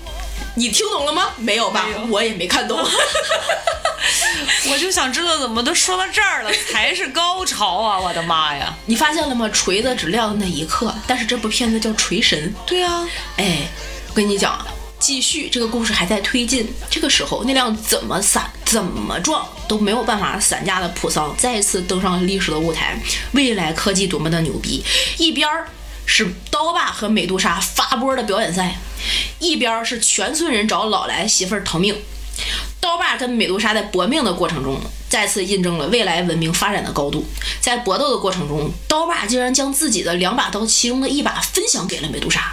S1: 你听懂了吗？没有吧？我也没看懂。
S3: 我就想知道怎么都说到这儿了才是高潮啊！我的妈呀！
S1: 你发现了吗？锤子只亮的那一刻，但是这部片子叫《锤神》。
S3: 对啊，
S1: 哎，我跟你讲，继续这个故事还在推进。这个时候，那辆怎么散、怎么撞都没有办法散架的普桑，再一次登上历史的舞台。未来科技多么的牛逼！一边儿是刀疤和美杜莎发波的表演赛，一边儿是全村人找老来媳妇儿逃命。刀疤跟美杜莎在搏命的过程中，再次印证了未来文明发展的高度。在搏斗的过程中，刀疤竟然将自己的两把刀其中的一把分享给了美杜莎，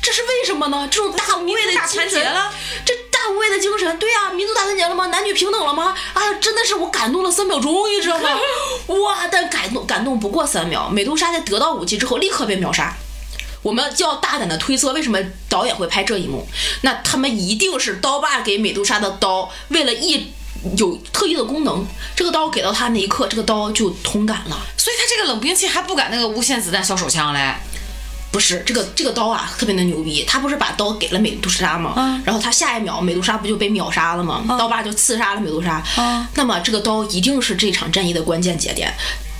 S1: 这是为什么呢？这种大无畏的
S3: 大
S1: 精
S3: 团结
S1: 神，
S3: 了
S1: 这大无畏的精神，对啊，民族大团结了吗？男女平等了吗？哎呀，真的是我感动了三秒钟，你知 道吗？哇，但感动感动不过三秒，美杜莎在得到武器之后立刻被秒杀。我们就要大胆的推测，为什么导演会拍这一幕？那他们一定是刀疤给美杜莎的刀，为了一有特异的功能，这个刀给到他那一刻，这个刀就通感了。
S3: 所以他这个冷兵器还不敢那个无限子弹小手枪嘞。
S1: 不是这个这个刀啊，特别的牛逼。他不是把刀给了美杜莎吗？
S3: 嗯
S1: 然后他下一秒美杜莎不就被秒杀了吗？刀疤就刺杀了美杜莎。
S3: 嗯
S1: 那么这个刀一定是这场战役的关键节点。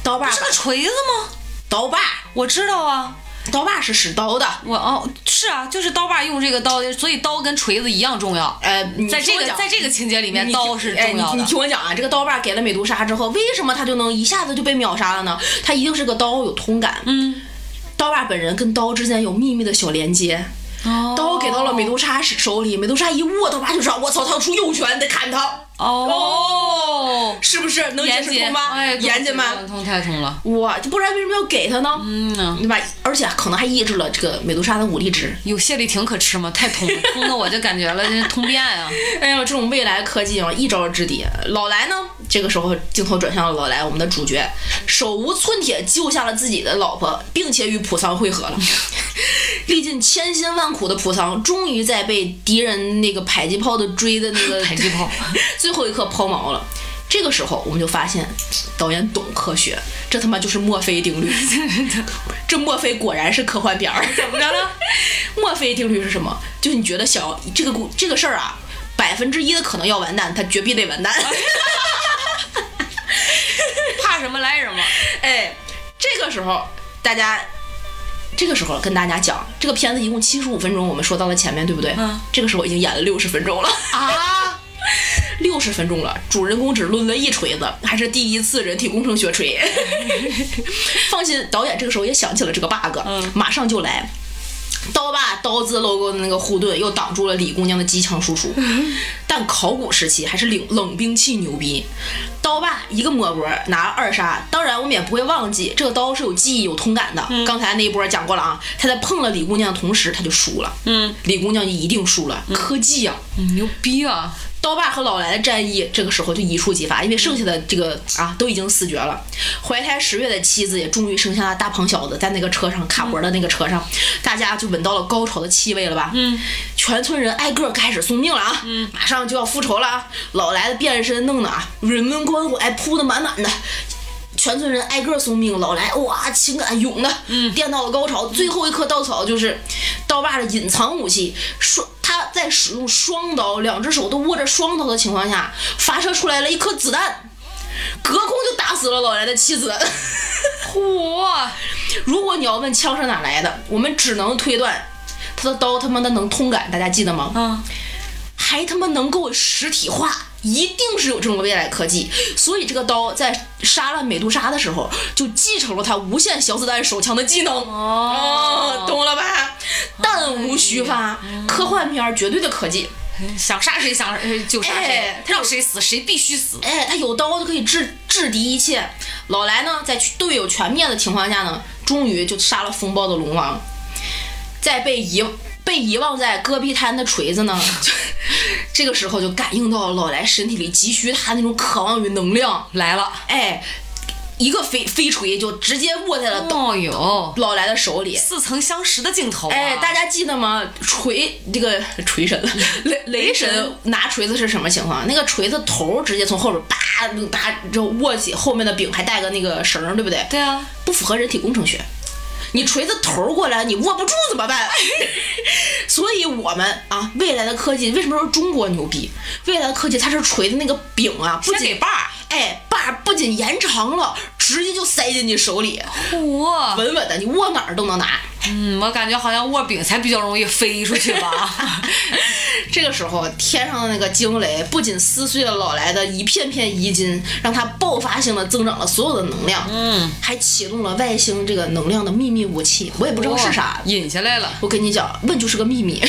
S1: 刀疤
S3: 是个锤子吗？
S1: 刀疤
S3: 我知道啊，
S1: 刀疤是使刀的。
S3: 我哦是啊，就是刀把用这个刀，所以刀跟锤子一样重要。
S1: 呃，你
S3: 在这
S1: 听我
S3: 个
S1: 讲
S3: 在这个情节里面，
S1: 你
S3: 刀
S1: 听
S3: 是
S1: 哎
S3: 重要
S1: 你。你
S3: 的。
S1: 听我讲啊，这个刀把给了美杜莎之后，为什么他就能一下子就被秒杀了呢？他一定是个刀有通感。
S3: 嗯，
S1: 刀把本人跟刀之间有秘密的小连接。
S3: 哦
S1: 刀给到了美杜莎手里，美杜莎一握，刀把就知道，我操，他要出右拳，得砍他，
S3: 哦，
S1: 是不哦是？能解释通吗？
S3: 哎，
S1: 严谨吗？
S3: 通太通了。
S1: 哇，不然为什么要给他呢？
S3: 嗯呐，
S1: 对吧？而且可能还抑制了这个美杜莎的武力值。
S3: 有谢丽婷可吃吗？太 通了，通的我就感觉了，这通便啊！
S1: 哎呦，这种未来科技啊，一招制敌。老来呢，这个时候镜头转向了老来，我们的主角，手无寸铁救下了自己的老婆，并且与普桑会合了。 历尽千辛万苦的普桑，终于在被敌人那个迫击炮的追的那个
S3: 迫击炮
S1: 最后一刻抛锚了。这个时候，我们就发现导演懂科学，这他妈就是墨菲定律。这墨菲果然是科幻片儿， 怎么着呢？墨菲定律是什么？就你觉得想要这个故这个事儿啊，百分之一的可能要完蛋，它绝必得完蛋。
S3: 怕什么来什么。
S1: 哎，这个时候大家，这个时候跟大家讲，这个片子一共七十五分钟，我们说到了前面，对不对？
S3: 嗯。
S1: 这个时候已经演了六十分钟了 啊，六十分钟了，主人公只抡了一锤子，还是第一次人体工程学 锤。放心，导演这个时候也想起了这个 bug，、
S3: 嗯
S1: 马上就来。刀把刀字 logo 的那个护盾又挡住了李姑娘的机枪输出， 但考古时期还是冷冷兵器牛逼。刀把一个抹脖拿二杀，当然我们也不会忘记这个刀是有记忆、有通感的。
S3: 嗯
S1: 刚才那一波讲过了啊，他在碰了李姑娘的同时，他就输了。
S3: 嗯，
S1: 李姑娘就一定输了，科技啊！
S3: 嗯牛逼啊！
S1: 刀疤和老来的战役这个时候就一触即发，因为剩下的这个啊都已经死绝了。怀胎十月的妻子也终于生下了大胖小子，在那个车上卡脖的那个车上，大家就闻到了高潮的气味了吧？嗯，全村人挨个开始送命了啊！嗯，马上就要复仇了啊！老来的变身弄的啊，人文关怀铺的满满的。全村人挨个送命，老来哇，情感涌的，嗯，电到了高潮，最后一颗稻草就是刀把的隐藏武器，双他在使用双刀，两只手都握着双刀的情况下，发射出来了一颗子弹，隔空就打死了老来的妻子。
S3: 嚯！
S1: 如果你要问枪是哪来的，我们只能推断，他的刀他妈的能通感，大家记得吗？
S3: 嗯，
S1: 还他妈能够实体化，一定是有这种未来科技。所以这个刀在杀了美杜莎的时候，就继承了他无限小子弹手枪的技能。啊
S3: 哦
S1: 懂了吧？弹无虚发，科幻片儿绝对的科技。
S3: 想杀谁想谁就杀谁
S1: 哎，
S3: 让谁死谁必须死。
S1: 哎，他有刀就可以制制敌一切。老来呢，在队友全灭的情况下呢，终于就杀了风暴的龙王。在被遗被遗忘在戈壁滩的锤子呢， 就这个时候就感应到老来身体里急需他那种渴望与能量。
S3: 来了，
S1: 哎，一个飞飞锤就直接握在了
S3: 哦哟，
S1: 老来的手里。
S3: 似曾相识的镜头、啊。
S1: 哎，大家记得吗？锤这个锤神，雷雷神拿锤子是什么情况？那个锤子头直接从后边叭拿就握起后面的柄，还带个那个绳儿，对不对？
S3: 对啊，
S1: 不符合人体工程学。你锤子头儿过来，你握不住怎么办？所以我们啊，未来的科技为什么说中国牛逼？未来的科技它是锤子那个柄啊，不
S3: 先给
S1: 仅
S3: 把儿，
S1: 哎把儿不仅延长了，直接就塞进你手里，
S3: 哇，
S1: 稳稳的，你握哪儿都能拿。
S3: 嗯，我感觉好像握柄才比较容易飞出去吧。
S1: 这个时候，天上的那个惊雷不仅撕碎了老来的一片片遗金，让它爆发性的增长了所有的能量，
S3: 嗯，
S1: 还启动了外星这个能量的秘密武器，我也 不知道是啥
S3: 哇。啊引下来了。
S1: 我跟你讲，问就是个秘密。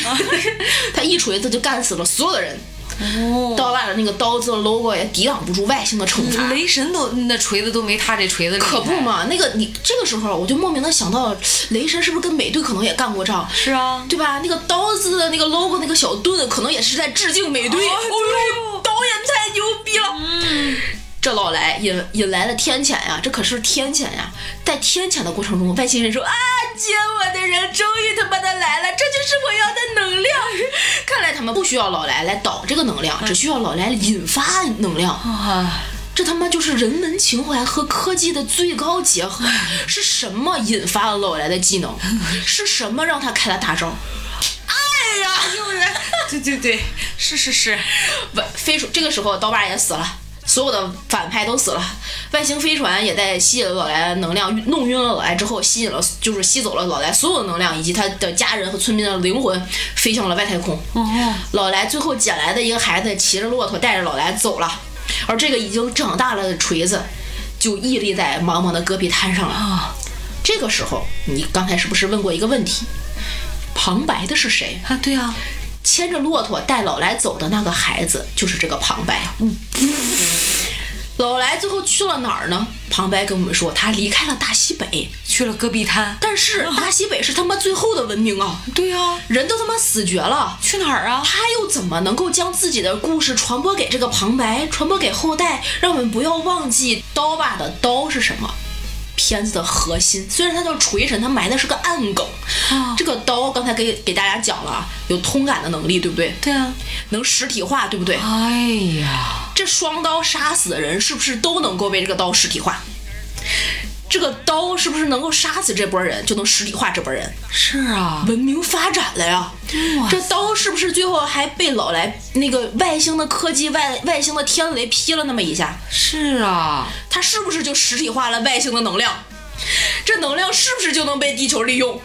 S1: 他一锤子就干死了所有的人，
S3: 哦，
S1: 刀把的那个刀子 logo 也抵挡不住外星的惩罚。
S3: 嗯雷神都那锤子都没他这锤子厉害
S1: 可不。嘛，那个你这个时候，我就莫名的想到，雷神是不是跟美队可能也干过仗？
S3: 是啊，
S1: 对吧？那个刀子的那个 logo，那个小盾，可能也是在致敬美队。
S3: 哦
S1: 呦，导演太牛逼了！
S3: 嗯，
S1: 这老来引引来了天谴呀，这可是天谴呀！在天谴的过程中，外星人说啊，接我的人终于他妈的来了，这就是我要的能量。 看来他们不需要老来来导这个能量，只需要老来引发能量。
S3: 啊，
S1: 这他妈就是人文情怀和科技的最高结合。是什么引发了老来的技能？是什么让他开了大招？哎呀，又来！
S3: 对对对，是是是，
S1: 外飞船这个时候刀疤也死了，所有的反派都死了，外星飞船也在吸引了老莱的能量，弄晕了老莱之后，吸引了就是吸走了老莱所有的能量以及他的家人和村民的灵魂，飞向了外太空。
S3: 哦，
S1: 老莱最后捡来的一个孩子骑着骆驼带着老莱走了，而这个已经长大了的锤子就屹立在茫茫的戈壁滩上了。
S3: 啊
S1: 这个时候，你刚才是不是问过一个问题？旁白的是谁？
S3: 啊，对啊，
S1: 牵着骆驼带老来走的那个孩子，就是这个旁白。老来最后去了哪儿呢？旁白跟我们说，他离开了大西北，
S3: 去了戈壁滩。
S1: 但是大西北是他妈最后的文明啊，
S3: 对啊，
S1: 人都他妈死绝了。
S3: 去哪儿啊？
S1: 他又怎么能够将自己的故事传播给这个旁白，传播给后代，让我们不要忘记刀把的刀是什么？片子的核心，虽然它叫锤神，它埋的是个暗梗。
S3: 啊
S1: 这个刀刚才给给大家讲了，有通感的能力，对不对？
S3: 对啊，
S1: 能实体化，对不对？
S3: 哎呀，
S1: 这双刀杀死的人是不是都能够被这个刀实体化？这个刀是不是能够杀死这波人，就能实体化这波人？
S3: 是啊，
S1: 文明发展了呀！
S3: 哇
S1: 这刀是不是最后还被老来那个外星的科技外外星的天雷劈了那么一下？
S3: 是啊，
S1: 它是不是就实体化了外星的能量？这能量是不是就能被地球利用？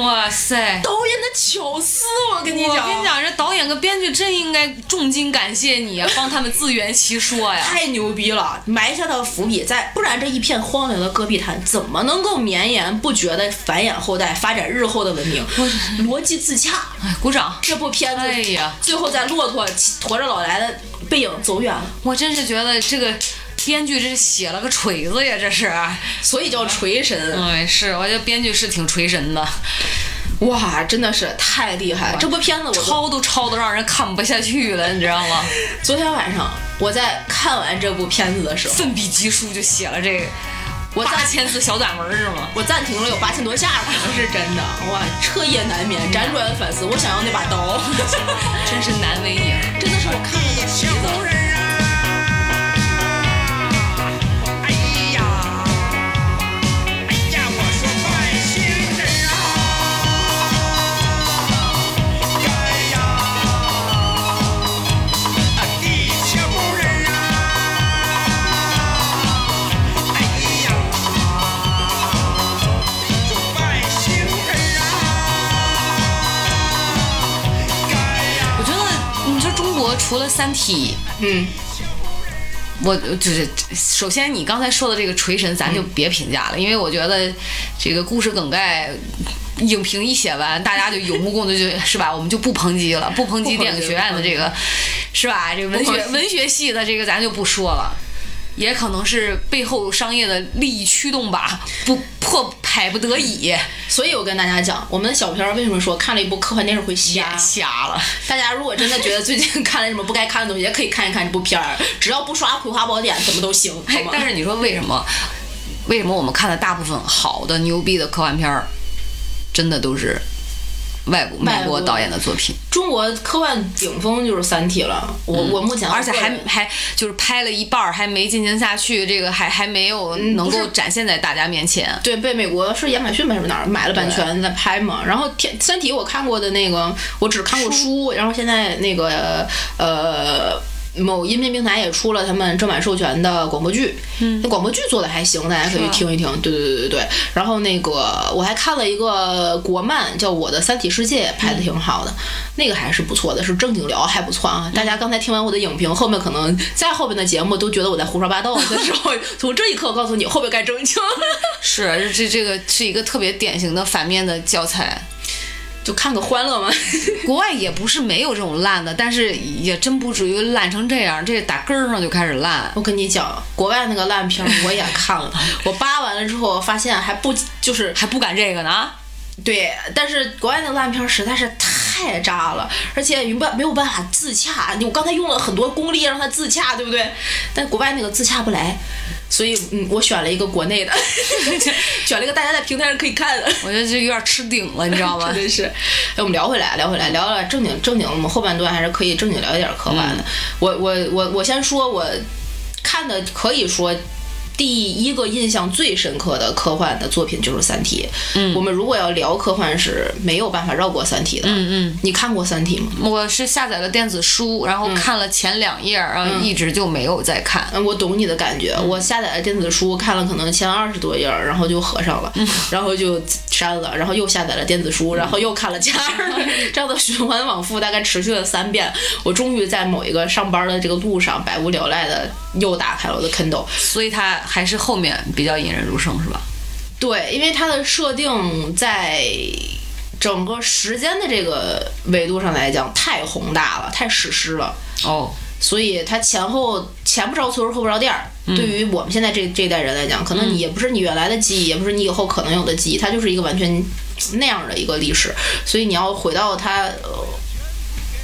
S3: 哇塞！
S1: 导演的巧思，我跟你
S3: 我
S1: 讲，
S3: 跟你讲，这导演跟编剧真应该重金感谢你 啊，帮他们自圆其说呀。
S1: 太牛逼了，埋下的伏笔在，不然这一片荒凉的戈壁滩怎么能够绵延不绝的繁衍后代，发展日后的文明？逻辑自洽。
S3: 哎，鼓掌！
S1: 这部片子，
S3: 哎呀
S1: 最后在骆驼骑驮着老来的背影走远了，
S3: 我真是觉得这个编剧这是写了个锤子呀，这是。
S1: 所以叫锤神。
S3: 嗯，是，我觉得编剧是挺锤神的，
S1: 哇，真的是太厉害！这部片子我都
S3: 抄都抄的让人看不下去了，你知道 吗？
S1: 昨天晚上我在看完这部片子的时候，
S3: 奋笔疾书就写了这个
S1: 我
S3: 八
S1: 暂
S3: 千字小短文是吗？
S1: 我暂停了有八千多下，可能是真的。哇，彻夜难眠，辗转反思，我想要那把 刀，
S3: 真是难为你了。啊
S1: 真的是我看了都
S4: 小
S1: 气的。
S4: 人儿啊！哎呀，哎呀，我说外星人啊！哎呀，啊地球人啊！哎呀，外星人啊！哎呀。
S3: 我觉得你说中国除了《三体》，
S1: 嗯，
S3: 我就是首先你刚才说的这个锤神，咱就别评价了，
S1: 嗯
S3: 因为我觉得这个故事梗概。影评一写完，大家就有目共睹，就是吧？我们就不抨 击了，不抨击电影学院的这个，是吧？这个文
S1: 不抨
S3: 学
S1: 击
S3: 文学系的这个咱就不说了，也可能是背后商业的利益驱动吧，不迫迫不得已
S1: 所以我跟大家讲，我们的小片儿为什么说看了一部科幻电视会瞎
S3: 眼？瞎了。
S1: 大家如果真的觉得最近看了什么不该看的东西，也可以看一看这部片儿，只要不刷《葵花宝典》，怎么都行，好
S3: 哎
S1: 吗？
S3: 但是你说为什么？为什么我们看的大部分好的、牛逼的科幻片儿，真的都是外国
S1: 外
S3: 美国
S1: 国
S3: 导演的作品，
S1: 中国科幻顶峰就是《三体》了，我、我目前
S3: 而且还
S1: 个人
S3: 还就是拍了一半儿还没进行下去，这个还还没有能
S1: 不
S3: 够
S1: 是
S3: 展现在大家面前。
S1: 对，被美国是亚马逊吧，还是哪儿买了版权在拍嘛？然后天《三体》我看过的那个，我只看过书，然后现在那个呃。某音频平台也出了他们正版授权的广播剧，嗯，啊那广播剧做的还行，大家可以听一听。对对对对对。然后那个我还看了一个国漫，叫《我的三体世界》，拍的挺好的，那个还是不错的，是正经聊还不错啊。大家刚才听完我的影评，后面可能在后边的节目都觉得我在胡说 八道的时候，从这一刻告诉你后边该正经。
S3: 是，这这个是一个特别典型的反面的 教材。
S1: 就看个欢乐嘛。
S3: 国外也不是没有这种烂的，但是也真不至于烂成这样，这打根儿上就开始烂。
S1: 我跟你讲，国外那个烂片儿我也看 了，我扒完了之后发现还不就是
S3: 还不敢这个呢，
S1: 对，但是国外那个烂片儿实在是太渣了，而且没办没有办法自洽。我刚才用了很多功力让它自洽，对不对？但国外那个自洽不来，所以嗯，我选了一个国内的， 选了一个大家在平台上可以看的。
S3: 我觉得这有点吃顶了，你知道吗？
S1: 真 是，哎，我们聊回来，聊回来，聊聊正经正经，我们后半段还是可以正经聊一点科幻的。我我我我先说，我看的可以说。第一个印象最深刻的科幻的作品就是《三体》。嗯，我们如果要聊科幻是没有办法绕过《三体》的。嗯嗯，你看过《三体》吗？
S3: 我是下载了电子书，然
S1: 嗯
S3: 后看了前两页，然后一直就没有再看。
S1: 嗯，我懂你的感觉。我下载了电子书，看了可能前二十多页儿，然后就合上了， 然后就删了，然后又下载了电子书，然后又看了前二十，这样的循环往复，大概持续了三遍。我终于在某一个上班的这个路上，百无聊赖的又打开了我的 Kindle。
S3: 所以它还是后面比较引人入胜，是吧？
S1: 对，因为它的设定在整个时间的这个维度上来讲，太宏大了，太史诗了。
S3: 哦，
S1: 所以它前后前不着村儿后不着店儿。对于我们现在这这一代人来讲，可能你也不是你原来的记忆，也不是你以后可能有的记忆，它就是一个完全那样的一个历史。所以你要回到它。呃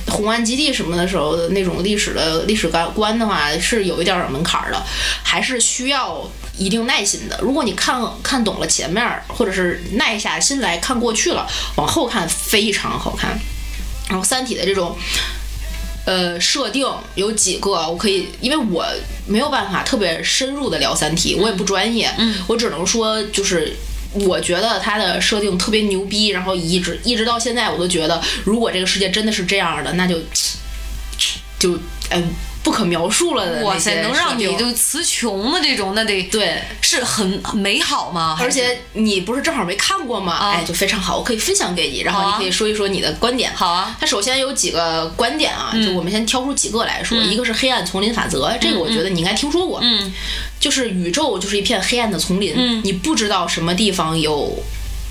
S1: 红岸基地什么的时候的那种历史的历史感观的话，是有一点儿门槛儿的，还是需要一定耐心的。如果你看看懂了前面儿，或者是耐下心来看过去了，往后看非常好看。然后《三体》的这种呃设定有几个，我可以，因为我没有办法特别深入的聊《三体》，我也不专业，
S3: 嗯
S1: 我只能说就是。我觉得它的设定特别牛逼，然后一直一直到现在，我都觉得，如果这个世界真的是这样的，那就就哎不可描述了的那些
S3: 哇塞，能让
S1: 设
S3: 你
S1: 定
S3: 就词穷的这种，那得
S1: 对
S3: 是很很美好吗？
S1: 而且你不是正好没看过吗？
S3: 啊
S1: 哎，就非常好，我可以分享给你，然
S3: 好
S1: 后
S3: 啊
S1: 你可以说一说你的观点。
S3: 好啊
S1: 它首先有几个观点啊，就我们先挑出几个来说，一个是黑暗丛林法则，这个我觉得你应该听说过，嗯，就是宇宙就是一片黑暗的丛林，你不知道什么地方有。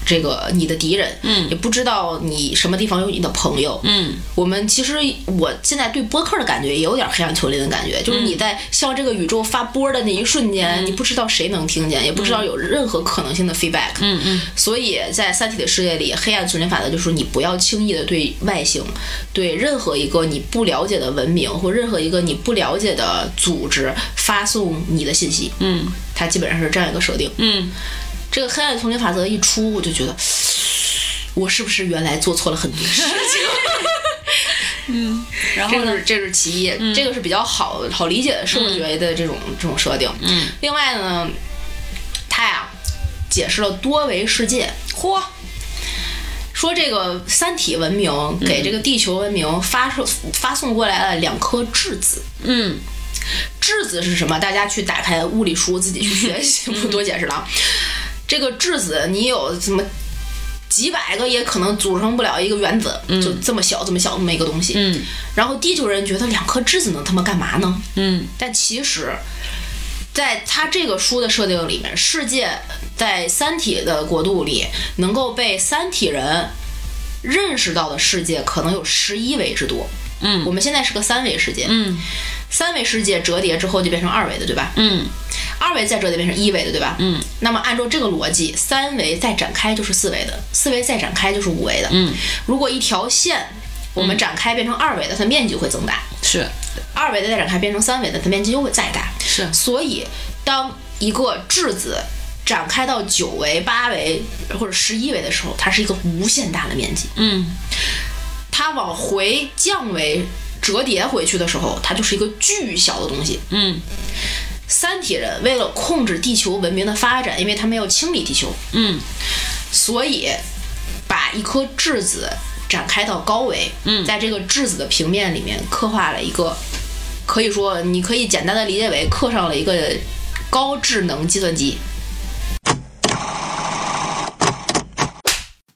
S1: 这个你的敌人，嗯，也不知道你什么地方有你的朋友，嗯，我们其实我现在对播客的感觉也有点黑暗丛林的感觉，就是你在向这个宇宙发波的那一瞬间，你不知道谁能听见，也不知道有任何可能性的 feedback，嗯嗯，所以在《三体》的世界里，黑暗丛林法则就是你不要轻易的对外星、对任何一个你不了解的文明或任何一个你不了解的组织发送你的信息，嗯，它基本上是这样一个设定，
S3: 嗯，
S1: 这个黑暗丛林法则一出，我就觉得我是不是原来做错了很多事情？
S3: 嗯然
S1: 这
S3: 后
S1: 个
S3: 呢？嗯
S1: 是这是其一，这个是比较好好理解的社会学的这种、这种设定。嗯，另外呢，他呀解释了多维世界，嚯，说这个三体文明给这个地球文明发射、发送过来了两颗质子，
S3: 嗯，
S1: 质子是什么？大家去打开物理书自己去学习，不多解释
S3: 嗯
S1: 了啊。这个质子你有什么？几百个也可能组成不了一个原子，就这么小这么小这么一个东西。
S3: 嗯，
S1: 然后地球人觉得两颗质子能他妈干嘛呢？
S3: 嗯，
S1: 但其实，在他这个书的设定里面，世界在三体的国度里能够被三体人认识到的世界，可能有十一维之多。
S3: 嗯，
S1: 我们现在是个三维世界。
S3: 嗯，
S1: 三维世界折叠之后就变成二维的，对吧？
S3: 嗯，
S1: 二维再折叠变成一维的，对吧？嗯，那么按照这个逻辑，三维再展开就是四维的，四维再展开就是五维的。嗯，如果一条线我
S3: 嗯
S1: 们展开变成二维的，它面积会增大；
S3: 是
S1: 二维的再展开变成三维的，它面积又会再大。
S3: 是
S1: 所以，当一个质子展开到九维、八维或者十一维的时候，它是一个无限大的面积。
S3: 嗯，
S1: 它往回降维折叠回去的时候，它就是一个巨小的东西。
S3: 嗯
S1: 三体人为了控制地球文明的发展，因为他们要清理地球，
S3: 嗯
S1: 所以把一颗质子展开到高维，
S3: 嗯
S1: 在这个质子的平面里面刻画了一个，可以说你可以简单的理解为刻上了一个高智能计算机。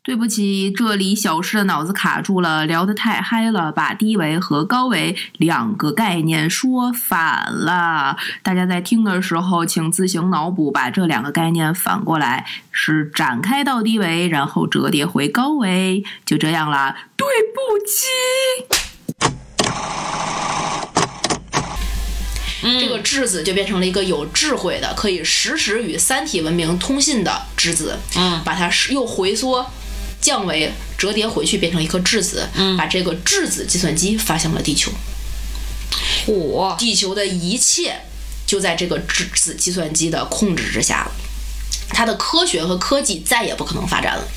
S5: 对不起，这里小诗的脑子卡住了，聊得太嗨了，把低维和高维两个概念说反了。大家在听的时候，请自行脑补，把这两个概念反过来，是展开到低维，然后折叠回高维，就这样啦。对不起。
S3: 嗯，
S1: 这个质子就变成了一个有智慧的，可以实时与三体文明通信的质子。
S3: 嗯
S1: 把它是又回缩、降维、折叠回去，变成一颗质子。
S3: 嗯
S1: 把这个质子计算机发向了地球，
S3: 火，
S1: 地球的一切就在这个质子计算机的控制之下了。它的科学和科技再也不可能发展了。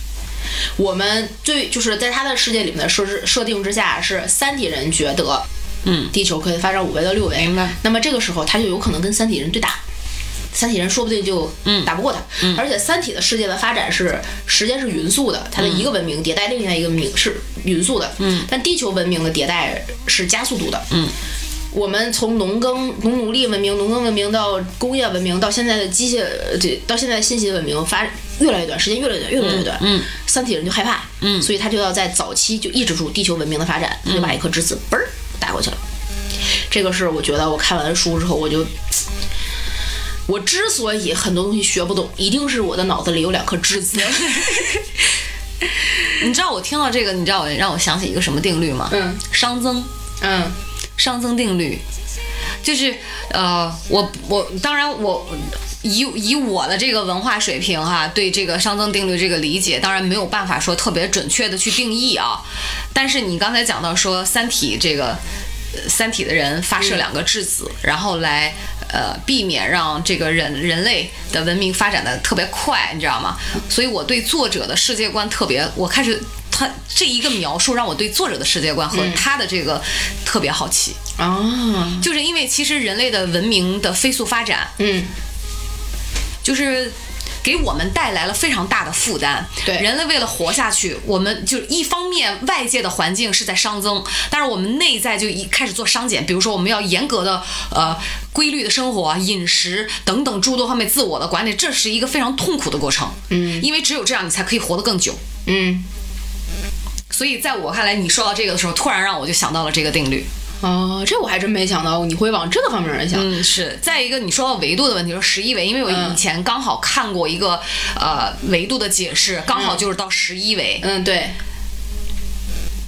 S1: 我们最就是在它的世界里面的设置设定之下，是三体人觉得
S3: 嗯，
S1: 地球可以发展五维到六维，
S3: 明白？
S1: 那么这个时候，他就有可能跟三体人对打，三体人说不定就
S3: 嗯
S1: 打不过他。而且三体的世界的发展是时间是匀速的，它的一个文
S3: 嗯
S1: 明迭代另外一个文明是匀速的。嗯，但地球文明的迭代是加速度的。
S3: 嗯。
S1: 我们从农耕、农奴隶文明、农耕文明到工业文明，到现在的机械，呃对，到现在的信息文明发越来越短，时间越来越短，越来越短。
S3: 嗯，
S1: 三体人就害怕，
S3: 嗯
S1: 所以他就要在早期就抑制住地球文明的发展，他就把一颗质子嘣儿打过去了。这个是我觉得我看完书之后，我就，我之所以很多东西学不懂，一定是我的脑子里有两颗质 子。
S3: 你知道我听到这个，你知道我让我想起一个什么定律吗？
S1: 嗯
S3: 熵增，
S1: 嗯
S3: 熵增定律，就是呃，我我当然我以以我的这个文化水平哈、对这个熵增定律这个理解，当然没有办法说特别准确的去定义啊。但是你刚才讲到说《三体》这个，呃《三体》的人发射两个质子，然后来呃避免让这个人人类的文明发展的特别快，你知道吗？所以我对作者的世界观特别，我开始。他这一个描述让我对作者的世界观和他的这个特别好奇，
S1: 啊
S3: 就是因为其实人类的文明的飞速发展，
S1: 嗯
S3: 就是给我们带来了非常大的负担。
S1: 对
S3: 人类为了活下去，我们就一方面外界的环境是在熵增，但是我们内在就一开始做熵减，比如说我们要严格的呃规律的生活、饮食等等诸多方面自我的管理，这是一个非常痛苦的过程。嗯，因为只有这样，你才可以活得更久。
S1: 嗯
S3: 所以在我看来，你说到这个的时候，突然让我就想到了这个定律。
S1: 哦，这我还真没想到你会往这个方面来想。
S3: 嗯，是。再一个，你说到维度的问题，说十一维，因为我
S1: 嗯
S3: 以前刚好看过一个、呃维度的解释，刚好就是到十一维。
S1: 嗯，对，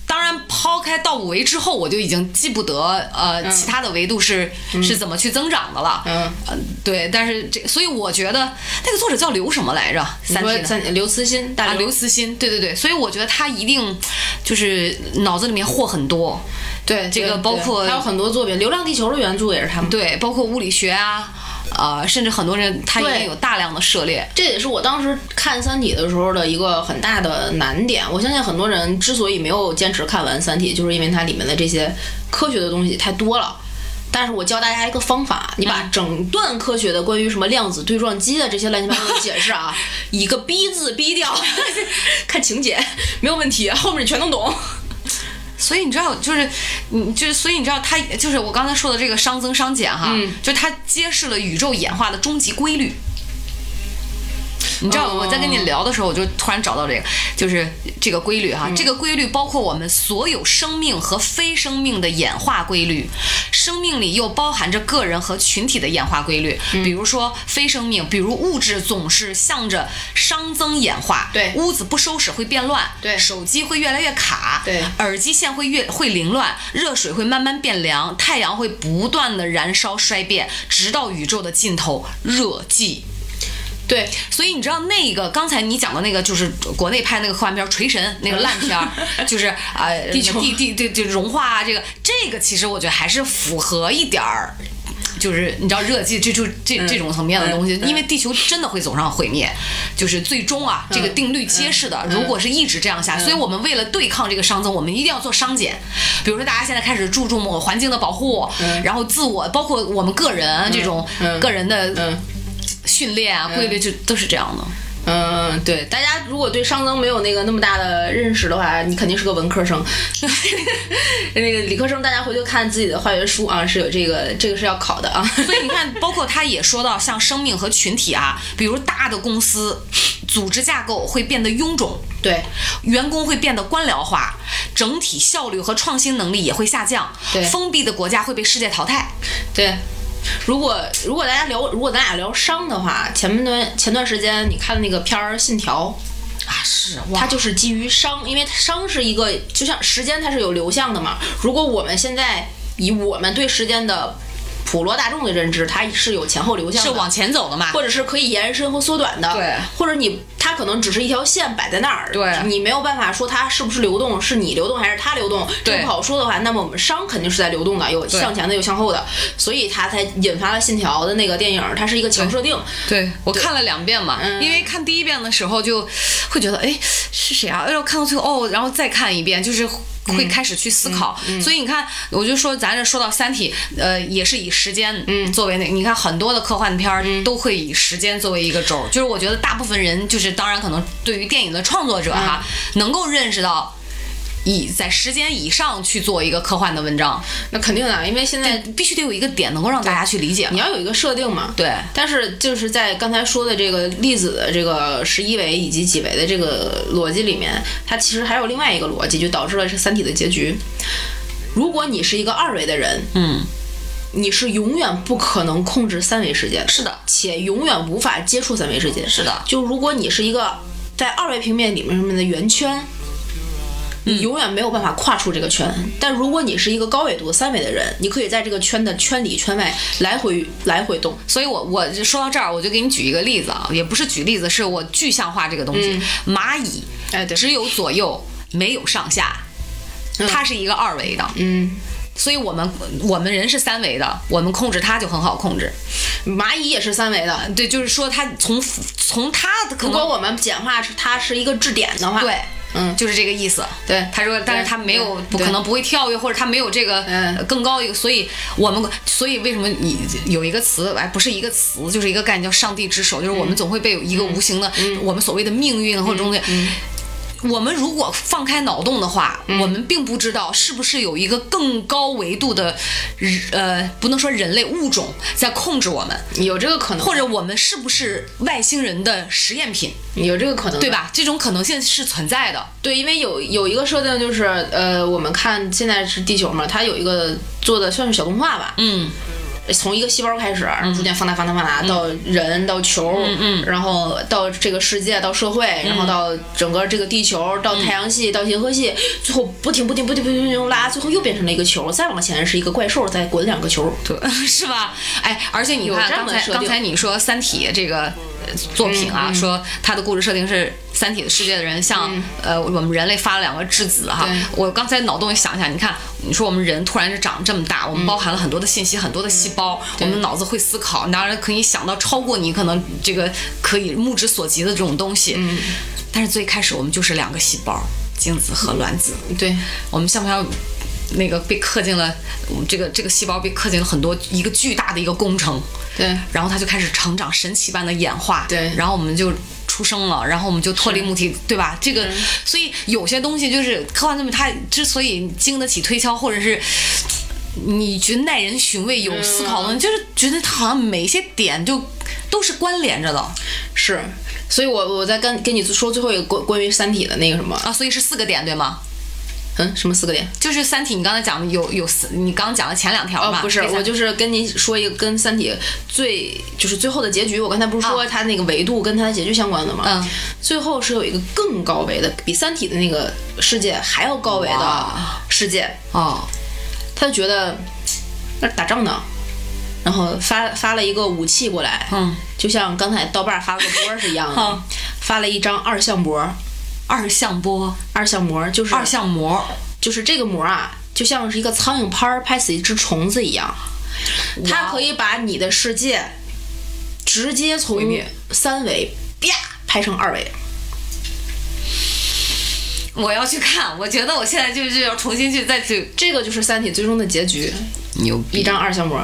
S3: 当然，抛开到五维之后，我就已经记不得呃、其他的维度是、是怎么去增长的了。
S1: 嗯，
S3: 呃，对，但是这，所以我觉得那个作者叫刘什么来着？
S1: 你
S3: 三体
S1: 说
S3: 的
S1: 三刘慈欣大
S3: 啊，
S1: 刘
S3: 刘慈欣，对对对，所以我觉得他一定就是脑子里面货很多，
S1: 对
S3: 这
S1: 对
S3: 个包
S1: 对
S3: 括
S1: 还有很多作品，《流浪地球》的原著也是他们。
S3: 对，包括物理学啊，呃，甚至很多人他一
S1: 对
S3: 定有大量的涉猎，
S1: 这也是我当时看《三体》的时候的一个很大的难点。我相信很多人之所以没有坚持看完《三体》，就是因为它里面的这些科学的东西太多了。但是我教大家一个方法，你把整段科学的关于什么量子对撞机的这些乱七八糟的解释 啊，以个逼字逼掉， 看情节没有问题，后面你全能懂。
S3: 所以你知道，就是你就是，所以你知道它，就是我刚才说的这个熵增熵减哈，
S1: 嗯
S3: 就它揭示了宇宙演化的终极规律。你知道
S1: 哦
S3: 我在跟你聊的时候，我就突然找到这个，就是这个规律哈。
S1: 嗯
S3: 这个规律包括我们所有生命和非生命的演化规律，生命里又包含着个人和群体的演化规律。
S1: 嗯
S3: 比如说非生命，比如物质总是向着熵增演化，
S1: 对
S3: 屋子不收拾会变乱，
S1: 对
S3: 手机会越来越卡，
S1: 对
S3: 耳机线会越会凌乱，热水会慢慢变凉，太阳会不断的燃烧衰变，直到宇宙的尽头热寂。
S1: 对，
S3: 所以你知道那个刚才你讲的那个就是国内拍那个科幻片《锤神》那个烂片儿，就是呃
S1: 地球
S3: 地地地地融化啊，这个这个其实我觉得还是符合一点儿就是你知道热气这就这
S1: 嗯
S3: 这种层面的东西，因为地球真的会走上毁灭，就是最终啊，这个
S1: 嗯
S3: 定律揭示的，如果是一直这样下，所以我们为了对抗这个熵增，我们一定要做熵减，比如说大家现在开始注重环境的保护，
S1: 嗯
S3: 然后自我，包括我们个人啊这种个人的训练啊、规律，就都是这样的。
S1: 嗯，对，大家如果对熵增没有那个那么大的认识的话，你肯定是个文科生。 那个理科生，大家回去看自己的化学书啊，是有这个，这个是要考的啊。
S3: 所以你看，包括他也说到，像生命和群体啊，比如大的公司组织架构会变得臃肿，
S1: 对，
S3: 员工会变得官僚化，整体效率和创新能力也会下降，
S1: 对
S3: 封闭的国家会被世界淘汰。
S1: 对，如果如果大家聊，如果咱俩聊伤的话，前段前段时间你看的那个片儿《信条》。
S3: 啊，是
S1: 它
S3: 哇，
S1: 就是基于伤，因为伤是一个，就像时间它是有流向的嘛。如果我们现在以我们对时间的普罗大众的认知，它是有前后流向
S3: 是
S1: 的，
S3: 往前走的嘛？
S1: 或者是可以延伸和缩短的，
S3: 对，
S1: 或者你它可能只是一条线摆在那儿，
S3: 对
S1: 你没有办法说它是不是流动，是你流动还是它流动，这
S3: 对
S1: 个不好说的话，那么我们伤肯定是在流动的，有向前的，有向后的，所以它才引发了《信条》的那个电影，它是一个强设定，
S3: 对，我看了两遍嘛，因为看第一遍的时候就会觉得，哎，是谁啊？然后看到最后，哦，然后再看一遍，就是。会开始去思考，所以你看，我就说咱这说到《三体》，呃，也是以时间作为那，你看很多的科幻片儿都会以时间作为一个轴儿，就是我觉得大部分人就是，当然可能对于电影的创作者哈，能够认识到以在时间以上去做一个科幻的文章，
S1: 那肯定的，因为现在
S3: 必须得有一个点能够让大家去理解
S1: 你
S3: 嘛。
S1: 要有一个设定嘛，
S3: 对，
S1: 但是就是在刚才说的这个粒子的这个十一维以及几维的这个逻辑里面，它其实还有另外一个逻辑，就导致了这三体的结局。如果你是一个二维的人，
S3: 嗯，
S1: 你是永远不可能控制三维世界的，是的，且永远无法接触三维世界，
S3: 是的
S1: 就如果你是一个在二维平面里面什么的圆圈。你永远没有办法跨出这个圈，但如果你是一个高纬度三维的人，你可以在这个圈的圈里圈外来回来回动。
S3: 所以我我就说到这儿，我就给你举一个例子啊，也不是举例子，是我具象化这个东西。蚂蚁
S1: 哎，对，
S3: 只有左右，没有上下，它是一个二维的。
S1: 嗯，
S3: 所以我们我们人是三维的，我们控制它就很好控制。
S1: 蚂蚁也是三维的。
S3: 对，就是说它从从它的可
S1: 如果
S3: 能
S1: 我们简化是它是一个质点的话，
S3: 对，
S1: 嗯
S3: 就是这个意思。
S1: 对
S3: 他说，但是
S1: 对
S3: 他没有，不
S1: 对
S3: 可能不会跳跃，或者他没有这个
S1: 嗯
S3: 呃更高一个，所以我们，所以为什么你有一个词，哎，不是一个词，就是一个概念叫上帝之手，
S1: 嗯
S3: 就是我们总会被有一个无形的，我们所谓的命运或者东西。
S1: 嗯
S3: 我们如果放开脑洞的话，我们并不知道是不是有一个更高维度的人，呃，不能说人类物种在控制我们，
S1: 有这个可能，
S3: 或者我们是不是外星人的实验品，
S1: 有这个可能，
S3: 对？吧？这种可能性是存在的。
S1: 对，因为有有一个设定就是，呃，我们看现在是地球嘛，它有一个做的算是小动画吧，
S3: 嗯，
S1: 从一个细胞开始，然后逐渐放大、放大、放大，到人，到球，
S3: 嗯
S1: 然后到这个世界，到社会，然后到整个这个地球，到太阳
S3: 嗯
S1: 系，到银河系，最后不停、不停、不停、不停、不停拉，最后又变成了一个球，再往前是一个怪兽，再滚两个球，对，
S3: 是吧？哎，而且你
S1: 有
S3: 看
S1: 这
S3: 刚
S1: 么
S3: 才
S1: 设定
S3: 刚才你说《三体》这个呃作品啊，
S1: 嗯
S3: 说它的故事设定是《三体》的世界的人向、呃我们人类发了两个质子哈
S1: 对。
S3: 我刚才脑洞一想一下，你看你说我们人突然就长这么大，
S1: 嗯
S3: 我们包含了很多的信息，很多的细胞，我们脑子会思考，当然可以想到超过你可能这个可以目之所及的这种东西。
S1: 嗯
S3: 但是最开始我们就是两个细胞，精子和卵子。
S1: 对，
S3: 我们像不像那个被刻进了，我们这个这个细胞被刻进了很多一个巨大的一个工程，
S1: 对。
S3: 然后它就开始成长，神奇般的演化，
S1: 对
S3: 然后我们就。出生了，然后我们就脱离母体，对吧？这个，
S1: 嗯
S3: 所以有些东西就是科幻作品，它之所以经得起推敲，或者是嗯你觉得耐人寻味、有思考
S1: 嗯
S3: 的，就是觉得它好像每一些点就都是关联着的
S1: 是，所以我我在跟跟你说最后一个关关于《三体》的那个什么，
S3: 啊。所以是四个点，对吗？
S1: 嗯，什么四个点？
S3: 就是《三体》，你刚才讲的有有四，你刚讲了前两条
S1: 哦
S3: 嘛？，
S1: 不是，
S3: 这三
S1: 我就是跟您说一个跟《三体》最就是最后的结局，我刚才不是说
S3: 啊
S1: 它那个维度跟它的结局相关的吗？
S3: 嗯，
S1: 最后是有一个更高维的，比《三体》的那个世界还要高维的
S3: 哇
S1: 世界，
S3: 哦，
S1: 他就觉得那儿打仗呢，然后发发了一个武器过来，
S3: 嗯，
S1: 就像刚才刀把发了个波儿是一样的
S3: 好，
S1: 发了一张二向箔，
S3: 二向波、
S1: 二向箔就是
S3: 二向膜，
S1: 就是这个膜啊，就像是一个苍蝇拍儿拍死一只虫子一样，它可以把你的世界直接从三维啪拍成二维。
S3: 我要去看，我觉得我现在就就要重新去再去，
S1: 这个就是《三体》最终的结局，
S3: 牛
S1: 一
S3: 逼
S1: 张二向膜。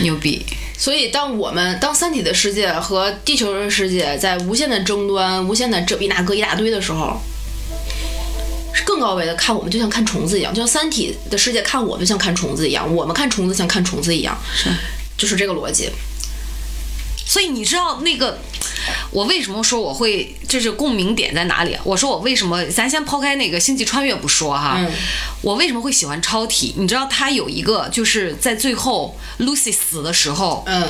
S3: 牛逼，
S1: 所以，当我们当《三体》的世界和地球的世界在无限的争端、无限的这逼那个一大堆的时候，是更高维的看我们，就像看虫子一样，就像《三体》的世界看我们像看虫子一样，我们看虫子像看虫子一样，是，就是这个逻辑。
S3: 所以你知道那个，我为什么说我会就是共鸣点在哪里？啊我说我为什么，咱先抛开那个星际穿越不说哈，
S1: 嗯
S3: 我为什么会喜欢超体？你知道他有一个就是在最后 Lucy 死的时候，
S1: 嗯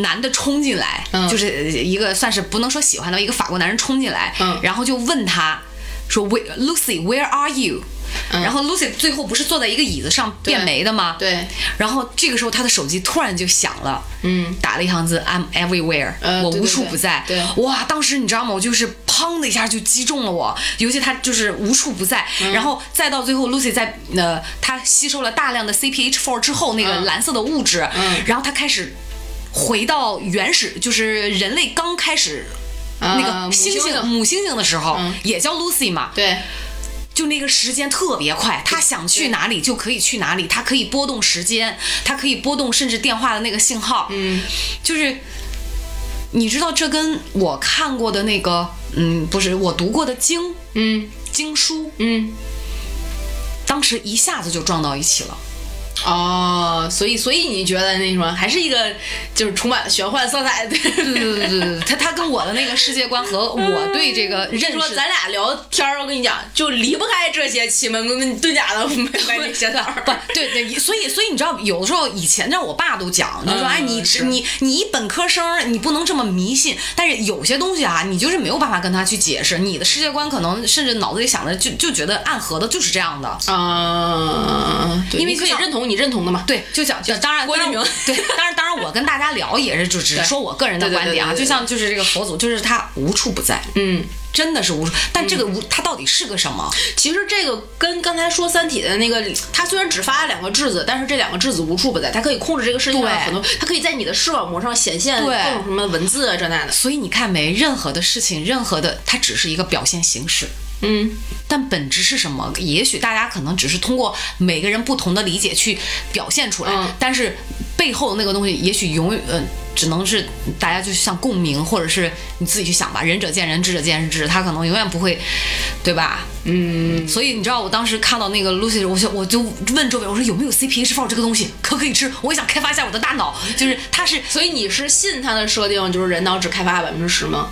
S3: 男的冲进来，
S1: 嗯
S3: 就是一个算是不能说喜欢的一个法国男人冲进来，
S1: 嗯
S3: 然后就问他说，We Lucy where are you？、然
S1: 嗯
S3: 后 Lucy 最后不是坐在一个椅子上
S1: 对
S3: 变没的吗？
S1: 对。
S3: 然后这个时候他的手机突然就响了，
S1: 嗯，
S3: 打了一行字 I'm everywhere，、
S1: 呃
S3: 我
S1: 对
S3: 无
S1: 对
S3: 处
S1: 对
S3: 不在。
S1: 对
S3: 哇，当时你知道吗？我就是砰的一下就击中了我，尤其他就是无处不在，
S1: 嗯
S3: 然后再到最后 Lucy 在呃，她吸收了大量的 CPH4 之后那个
S1: 嗯
S3: 蓝色的物质，
S1: 嗯
S3: 然后她开始回到原始，就是人类刚开始。
S1: 啊
S3: 那个
S1: 母
S3: 猩
S1: 猩
S3: 猩
S1: 猩
S3: 母猩猩的时候，
S1: 嗯
S3: 也叫 Lucy 嘛，
S1: 对，
S3: 就那个时间特别快，他想去哪里就可以去哪里，他可以波动时间，他可以波动甚至电话的那个信号，
S1: 嗯，
S3: 就是你知道这跟我看过的那个，嗯，不是我读过的经
S1: 嗯
S3: 经书，
S1: 嗯，
S3: 当时一下子就撞到一起了。
S1: 哦，所以所以你觉得那什么，还是一个就是充满玄幻色彩的。
S3: 对对对对对，他他跟我的那个世界观和我对这个认
S1: 嗯认
S3: 识
S1: 说咱俩聊天儿，我跟你讲，就离不开这些奇门遁遁甲 的买那些道
S3: 不
S1: 儿。
S3: 对对，所以所以你知道，有的时候以前让我爸都讲，就说
S1: 嗯
S3: 哎，你
S1: 是
S3: 你你一本科生儿，你不能这么迷信。但是有些东西啊，你就是没有办法跟他去解释，你的世界观可能甚至脑子里想的就就觉得暗合的就是这样的。
S1: 啊，对
S3: 因为
S1: 你可以
S3: 就像
S1: 认同你认同的嘛。
S3: 对，就讲就当然
S1: 郭敬明
S3: 当然对，当然当然我跟大家聊也是就只是
S1: 对
S3: 说我个人的
S1: 对对
S3: 观点啊，
S1: 对对对
S3: 就像就是这个佛祖，就是他无处不在，
S1: 嗯，
S3: 真的是无处，但这个无他到底是个什么？
S1: 其实这个跟刚才说《三体》的那个，它虽然只发了两个质子，但是这两个质子无处不在，它可以控制这个世界上
S3: 对
S1: 很多，它可以在你的视网膜上显现各
S3: 对
S1: 种什么文字啊这那的。
S3: 所以你看没，任何的事情，任何的，它只是一个表现形式。
S1: 嗯，
S3: 但本质是什么？也许大家可能只是通过每个人不同的理解去表现出来，
S1: 嗯
S3: 但是背后那个东西，也许永远、呃、只能是大家就像共鸣，或者是你自己去想吧。仁者见仁，智者见智，他可能永远不会，对吧？嗯。所以你知道，我当时看到那个 Lucy，的时候我就我就问周围，我说有没有 CPH4 这个东西，可不可以吃？我也想开发一下我的大脑，就是它是
S1: 所以你是信它的设定，就是人脑只开发百分之十吗？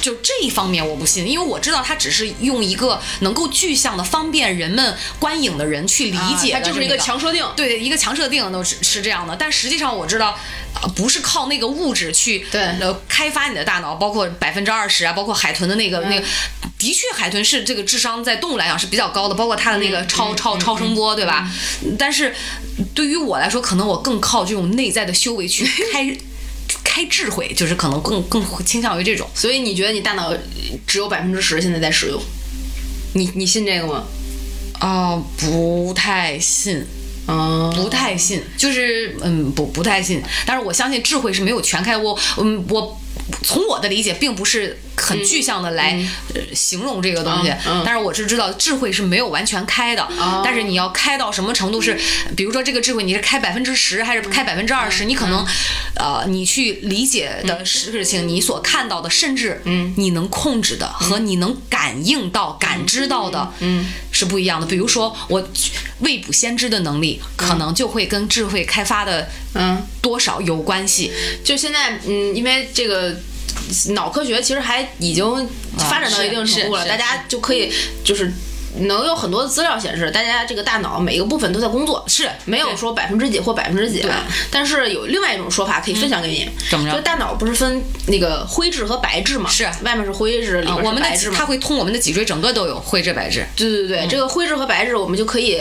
S3: 就这一方面我不信，因为我知道他只是用一个能够具象的、方便人们观影的人去理解的、
S1: 它啊就是一
S3: 个
S1: 个强设定。
S3: 对一个强设定都是是这样的，但实际上我知道，呃，不是靠那个物质去
S1: 对
S3: 呃开发你的大脑，包括百分之二十啊，包括海豚的那个、
S1: 嗯
S3: 那个，的确海豚是这个智商在动物来讲是比较高的，包括它的那
S1: 嗯
S3: 个超、超超声波，对吧？但是对于我来说，可能我更靠这种内在的修为 去开开智慧，就是可能更更倾向于这种。
S1: 所以你觉得你大脑只有百分之十现在在使用？你你信这个吗？
S3: 啊、不太信，
S1: 嗯，
S3: 不太信，就是嗯，不不太信。但是我相信智慧是没有全开，我嗯，我从我的理解，并不是很具象的来、呃形容这个东西。
S1: 嗯嗯嗯
S3: 但是我是知道智慧是没有完全开的，但是你要开到什么程度是，比如说这个智慧你是开百分之十还是开百分之二十，你可能、呃，你去理解的事情，你所看到的，甚至嗯，你能控制的和你能感应到、感知到的，嗯，是不一样的。比如说我未卜先知的能力，可能就会跟智慧开发的
S1: 嗯
S3: 多少有关系。
S1: 就现在，嗯，因为这个。脑科学其实还已经发展到一定程度了，
S3: 啊是
S1: 大
S3: 是
S1: 家就可以就是能有很多资料显示，大家这个大脑每个部分都在工作，
S3: 是
S1: 没有
S3: 对
S1: 说百分之几或百分之几啊
S3: 对。嗯
S1: 但是有另外一种说法可以分享给你，
S3: 怎么着
S1: 就大脑不是分那个灰质和白质嘛？
S3: 是
S1: 外面是灰质，里
S3: 啊、
S1: 面
S3: 我
S1: 是
S3: 们的
S1: 白质嘛
S3: 它？会通我们的脊椎，整个都有灰质白质。
S1: 对对对，这个灰质和白质我们就可以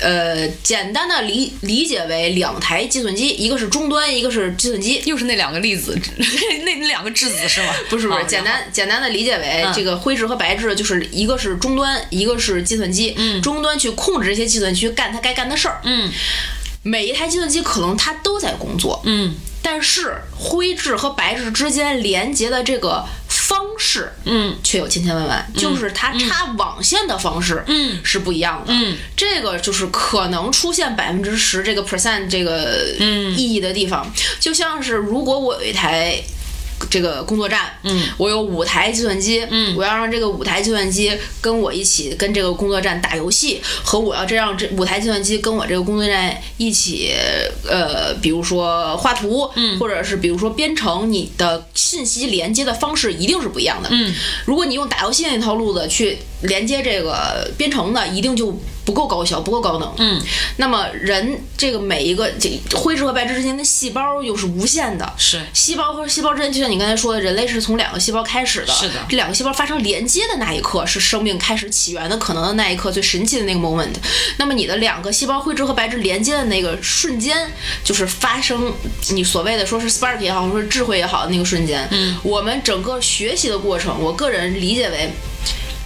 S1: 呃，简单的理理解为两台计算机，一个是终端，一个是计算机。
S3: 又是那两个粒子， 那那两个质子是吗？
S1: 不是不是，
S3: 啊
S1: 简单简单的理解为
S3: 嗯
S1: 这个灰质和白质，就是一个是终端，一个是计算机。
S3: 嗯
S1: 终端去控制这些计算机去干它该干的事儿。
S3: 嗯
S1: 每一台计算机可能它都在工作，
S3: 嗯
S1: 但是灰质和白质之间连接的这个方式，
S3: 嗯
S1: 却有千千万万，就是它插网线的方式，
S3: 嗯
S1: 是不一样的。
S3: 嗯，
S1: 这个就是可能出现百分之十这个 percent 这个
S3: 嗯
S1: 意义的地方，就像是如果我有一台。这个工作站，
S3: 嗯，
S1: 我有五台计算机，
S3: 嗯
S1: 我要让这个五台计算机跟我一起跟这个工作站打游戏，和我要这让这五台计算机跟我这个工作站一起，呃，比如说画图，嗯，或者是比如说编程，你的信息连接的方式一定是不一样的，
S3: 嗯，
S1: 如果你用打游戏那套路子去连接这个编程的，一定就不够高效，不够高能。
S3: 嗯，
S1: 那么人这个每一个这灰质和白质之间的细胞又是无限的，
S3: 是
S1: 细胞和细胞之间，就像你刚才说的，人类是从两个细胞开始的。
S3: 是的
S1: 这两个细胞发生连接的那一刻，是生命开始起源的可能的那一刻，最神奇的那个 moment。那么你的两个细胞灰质和白质连接的那个瞬间，就是发生你所谓的说是 spark 也好，或者智慧也好的那个瞬间。嗯，我们整个学习的过程，我个人理解为。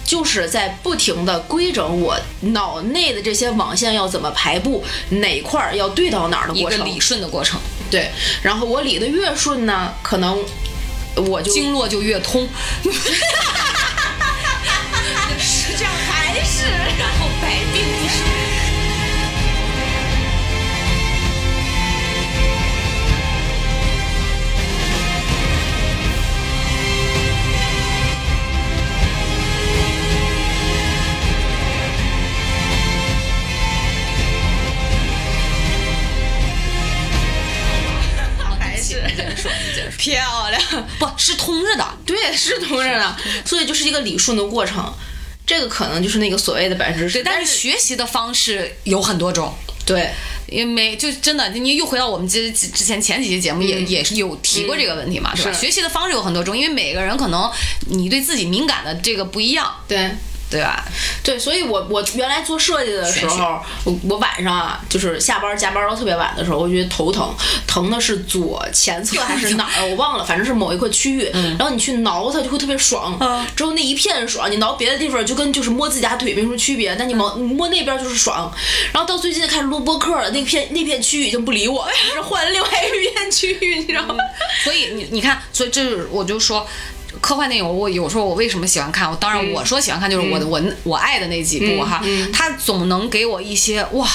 S1: 就是在不停的规整我脑内的这些网线要怎么排布，哪块儿要对到哪儿的
S3: 一
S1: 过
S3: 个
S1: 程，
S3: 理顺的过程，
S1: 对，然后我理的越顺呢，可能我就
S3: 经络就越通。
S1: 实际上还是然后百病不生。还是 漂亮，
S3: 不是通着的，
S1: 对，是同着呢，所以就是一个理顺的过程。这个可能就是那个所谓的百分之十，
S3: 对，但是学习的方式有很多种。
S1: 对，
S3: 也没就真的，你又回到我们之之前前几期节目也、也是有提过这个问题嘛，对吧？
S1: 嗯是
S3: 学习的方式有很多种，因为每个人可能你对自己敏感的这个不一样，
S1: 对
S3: 对吧？
S1: 对，所以我我原来做设计的时
S3: 玄学
S1: 候，我我晚上啊，就是下班加班到特别晚的时候，我觉得头疼，疼的是左前侧还是哪儿，我忘了，反正是某一块区域。
S3: 嗯
S1: 然后你去挠它，就会特别爽。之后那一片爽，你挠别的地方就跟就是摸自己家腿没什么区别，但
S3: 嗯
S1: 你摸、你摸那边就是爽。然后到最近开始录播客了，那片那片区域已经不理我，是换了另外一片区域，你知道吗？
S3: 所以你你看，所以这是我就说。科幻电影，我有时候我为什么喜欢看？我当
S1: 嗯
S3: 然我说喜欢看，就是我的、我我爱的那几部哈，它总能给我一些哇，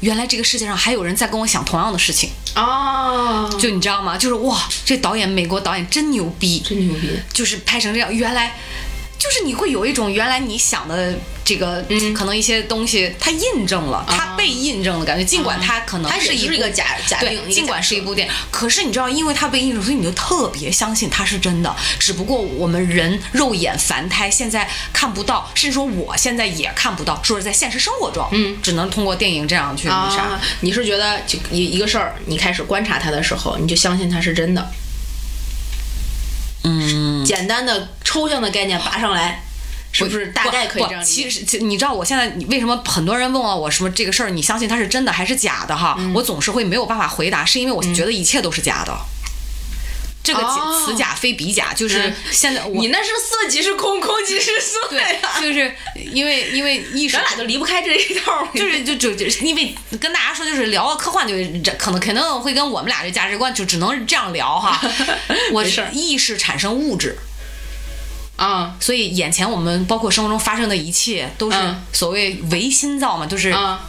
S3: 原来这个世界上还有人在跟我想同样的事情，
S1: 啊，
S3: 嗯就你知道吗？就是哇，这导演美国导演真牛逼，
S1: 真牛逼！
S3: 就是拍成这样，原来就是你会有一种原来你想的这个、
S1: 嗯
S3: 可能一些东西，它印证了，它被印证了感觉。尽管它可能
S1: 啊它也
S3: 是一
S1: 是
S3: 部
S1: 一个假假定
S3: 对
S1: 一个，假
S3: 尽管是一部电影，可是你知道，因为它被印证，所以你就特别相信它是真的。只不过我们人肉眼凡胎现在看不到，甚至说我现在也看不到，说是在现实生活中，嗯，只能通过电影这样去那啥。
S1: 啊，你是觉得就一一个事儿，你开始观察它的时候，你就相信它是真的。嗯，简单的抽象的概念拔上来，是不是大概可以这样理解？
S3: 其实，其你知道我现在为什么很多人问我我什么这个事儿，你相信它是真的还是假的哈？
S1: 嗯
S3: 我总是会没有办法回答，是因为我觉得一切都是假的。这个假
S1: 哦
S3: 此假非彼假，就是
S1: 嗯
S3: 现在我
S1: 你那是色即是空，空即是啊色
S3: 对
S1: 呀，，
S3: 就是因为因为 艺术
S1: 咱。俩都离不开这一套儿。
S3: 就是就就就是因为跟大家说，就是聊科幻就这可能肯定会跟我们俩这价值观就只能这样 聊哈。我
S1: 没事儿
S3: 意识产生物质，
S1: 啊，
S3: 所以眼前我们包括生活中发生的一切都是
S1: 嗯
S3: 所谓唯心造嘛，就是
S1: 啊，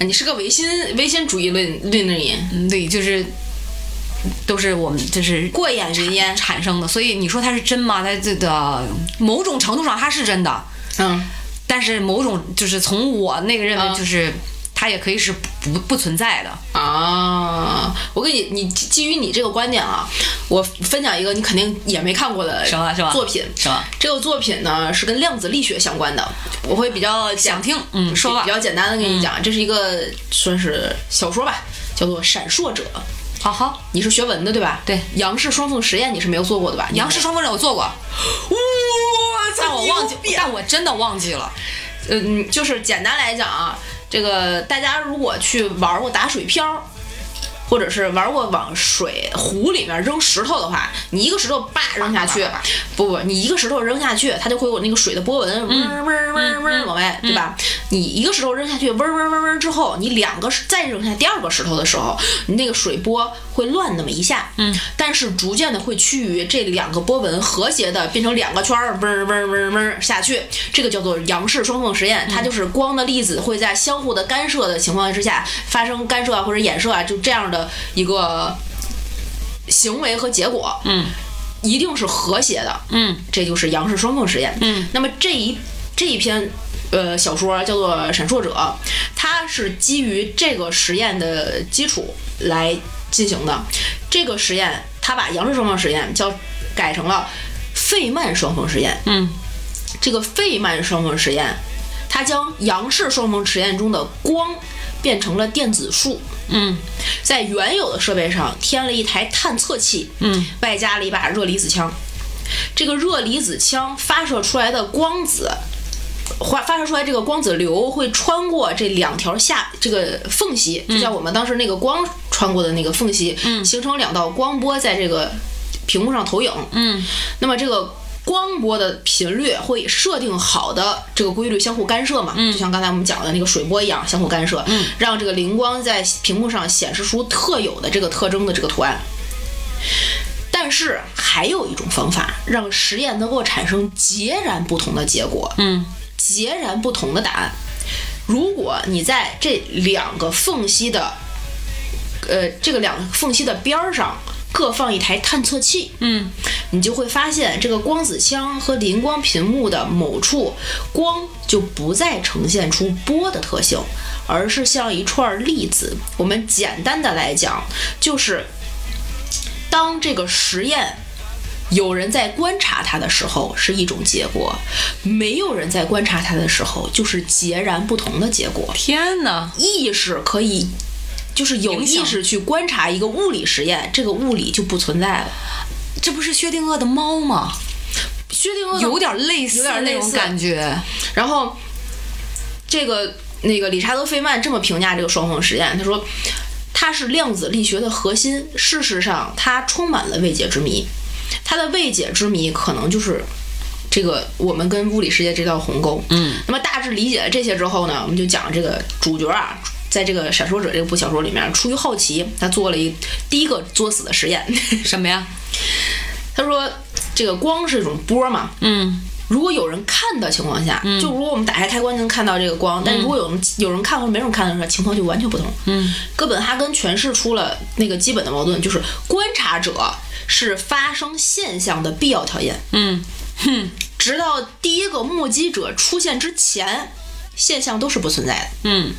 S1: 你是个唯心唯心主义论论的人，
S3: 嗯，对，就是都是我们就是
S1: 过眼云烟。
S3: 产生的，所以你说它是真吗？它这个某种程度上它是真的，
S1: 嗯，
S3: 但是某种就是从我那个认为就是。它也可以是不不存在的，
S1: 啊，我跟你，你基基于你这个观点啊，我分享一个你肯定也没看过的
S3: 什么什么
S1: 作品，
S3: 什么
S1: 这个作品呢是跟量子力学相关的，我会比较讲
S3: 想听嗯说吧嗯
S1: 比较简单的跟你讲，这是一个算是小说吧，叫做《闪烁者》。
S3: 好好，
S1: 你是学文的对吧？
S3: 对
S1: 杨氏双缝实验你是没有做过的吧？
S3: 杨氏双缝枕我做过，
S4: 哦
S1: 我哎
S3: 但我忘记，但我真的忘记了。
S1: 嗯，就是简单来讲啊，这个大家如果去玩过打水漂，或者是玩过往水湖里面扔石头的话，你一个石头叭扔下去，不不，你一个石头扔下去，它就会有那个水的波纹，嗡嗡嗡嗡往外，对吧？你一个石头扔下去，嗡嗡嗡嗡之后，你两个石再扔下第二个石头的时候，你那个水波会乱那么一下，嗯，但是逐渐的会趋于这两个波纹和谐的变成两个圈儿，嗡嗡嗡嗡下去，这个叫做杨氏双缝实验，它就是光的粒子会在相互的干涉的情况之下发生干涉啊或者衍射啊，就这样的一个行为和结果，
S3: 嗯，
S1: 一定是和谐的，
S3: 嗯，
S1: 这就是杨氏双缝实验。
S3: 嗯，
S1: 那么这一这一篇呃小说叫做《闪烁者》，它是基于这个实验的基础来进行的。这个实验，它把杨氏双缝实验叫改成了费曼双缝实验。
S3: 嗯，
S1: 这个费曼双缝实验，它将杨氏双缝实验中的光变成了电子数。
S3: 嗯，
S1: 在原有的设备上添了一台探测器，
S3: 嗯，
S1: 外加了一把热离子枪。这个热离子枪发射出来的光子，发发射出来这个光子流会穿过这两条下这个缝隙，就像我们当时那个光穿过的那个缝隙，形成两道光波在这个屏幕上投影。
S3: 嗯，
S1: 那么这个光波的频率会设定好的这个规律相互干涉嘛？就像刚才我们讲的那个水波一样相互干涉，让这个灵光在屏幕上显示出特有的这个特征的这个图案。但是还有一种方法，让实验能够产生截然不同的结果，
S3: 嗯，
S1: 截然不同的答案。如果你在这两个缝隙的，呃，这个两个缝隙的边儿上各放一台探测器，
S3: 嗯，
S1: 你就会发现这个光子枪和磷光屏幕的某处光就不再呈现出波的特性，而是像一串粒子。我们简单的来讲，就是当这个实验有人在观察它的时候是一种结果，没有人在观察它的时候就是截然不同的结果。
S3: 天哪，
S1: 意识可以。就是有
S3: 影响
S1: 意识去观察一个物理实验，这个物理就不存在了。
S3: 这不是薛定谔的猫吗？
S1: 薛定谔的
S3: 有点类似
S1: 嗯有点类
S3: 那种
S1: 似
S3: 感觉。
S1: 然后这个那个理查德·费曼这么评价这个双缝实验，他说它是量子力学的核心，事实上它充满了未解之谜，它的未解之谜可能就是。这个我们跟物理世界这道鸿沟，嗯，那么大致理解了这些之后呢，我们就讲这个主角啊，在这个《闪烁者》这部小说里面，出于好奇，他做了一第一个作死的实验。
S3: 什么呀？
S1: 他说，这个光是一种波嘛，
S3: 嗯
S1: 如果有人看的情况下，就如果我们打开开关能看到这个光，但如果有人有人看或者没人看的时候，情况就完全不同。
S3: 嗯，
S1: 哥本哈根诠释出了那个基本的矛盾，就是观察者是发生现象的必要条件，
S3: 嗯
S1: 直到第一个目击者出现之前，现象都是不存在的。
S3: 嗯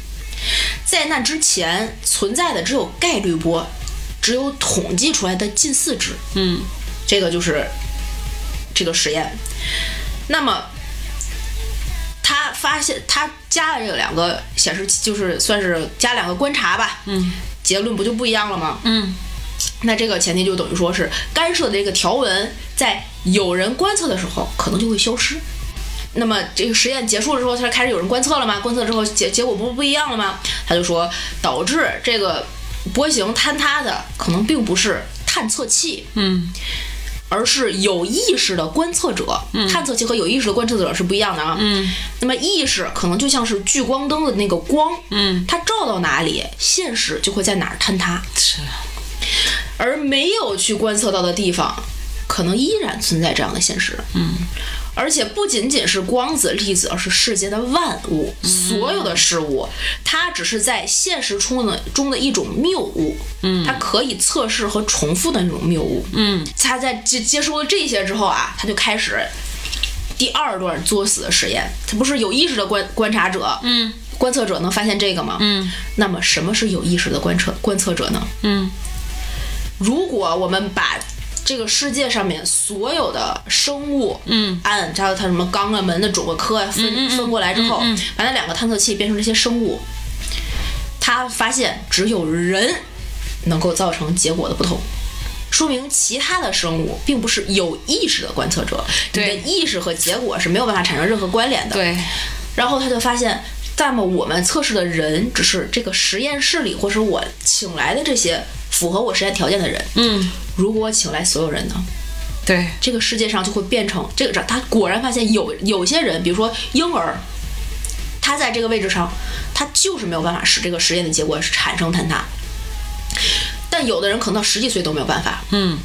S1: 在那之前存在的只有概率波，只有统计出来的近似值。
S3: 嗯，
S1: 这个就是这个实验。那么他发现他加了这两个显示器，就是算是加两个观察吧。嗯，结论不就不一样了吗？
S3: 嗯
S1: 那这个前提就等于说是干涉的这个条纹在有人观测的时候可能就会消失。那么这个实验结束了之后，它开始有人观测了吗？观测之后结结果不不一样了吗？他就说导致这个波形坍塌的可能并不是探测器，
S3: 嗯
S1: 而是有意识的观测者。探测器和有意识的观测者是不一样的啊。
S3: 嗯，
S1: 那么意识可能就像是聚光灯的那个光，
S3: 嗯，
S1: 它照到哪里，现实就会在哪儿坍塌。
S3: 是
S1: 而没有去观测到的地方，可能依然存在这样的现实。嗯，而且不仅仅是光子粒子，而是世界的万物，所有的事物，它只是在现实中的中的一种谬误。嗯，它可以测试和重复的那种谬误。
S3: 嗯，
S1: 他在接接收了这些之后啊，他就开始第二段作死的实验。他不是有意识的观观察者，嗯，观测者能发现这个吗？嗯，那么什么是有意识的观测观测者呢？
S3: 嗯
S1: 如果我们把这个世界上面所有的生物，
S3: 嗯，
S1: 按照它什么肛门的种个科啊分、分过来之后，
S3: 嗯
S1: 把那两个探测器变成这些生物，他发现只有人能够造成结果的不同。说明其他的生物并不是有意识的观测者，你的
S3: 对
S1: 意识和结果是没有办法产生任何关联的。
S3: 对，
S1: 然后他就发现那么我们测试的人只是这个实验室里，或是我请来的这些符合我实验条件的人。
S3: 嗯，
S1: 如果我请来所有人呢？
S3: 对，
S1: 这个世界上就会变成这个，他果然发现有有些人，比如说婴儿，他在这个位置上，他就是没有办法使这个实验的结果产生坍塌。但有的人可能到十几岁都没有办法，
S3: 嗯，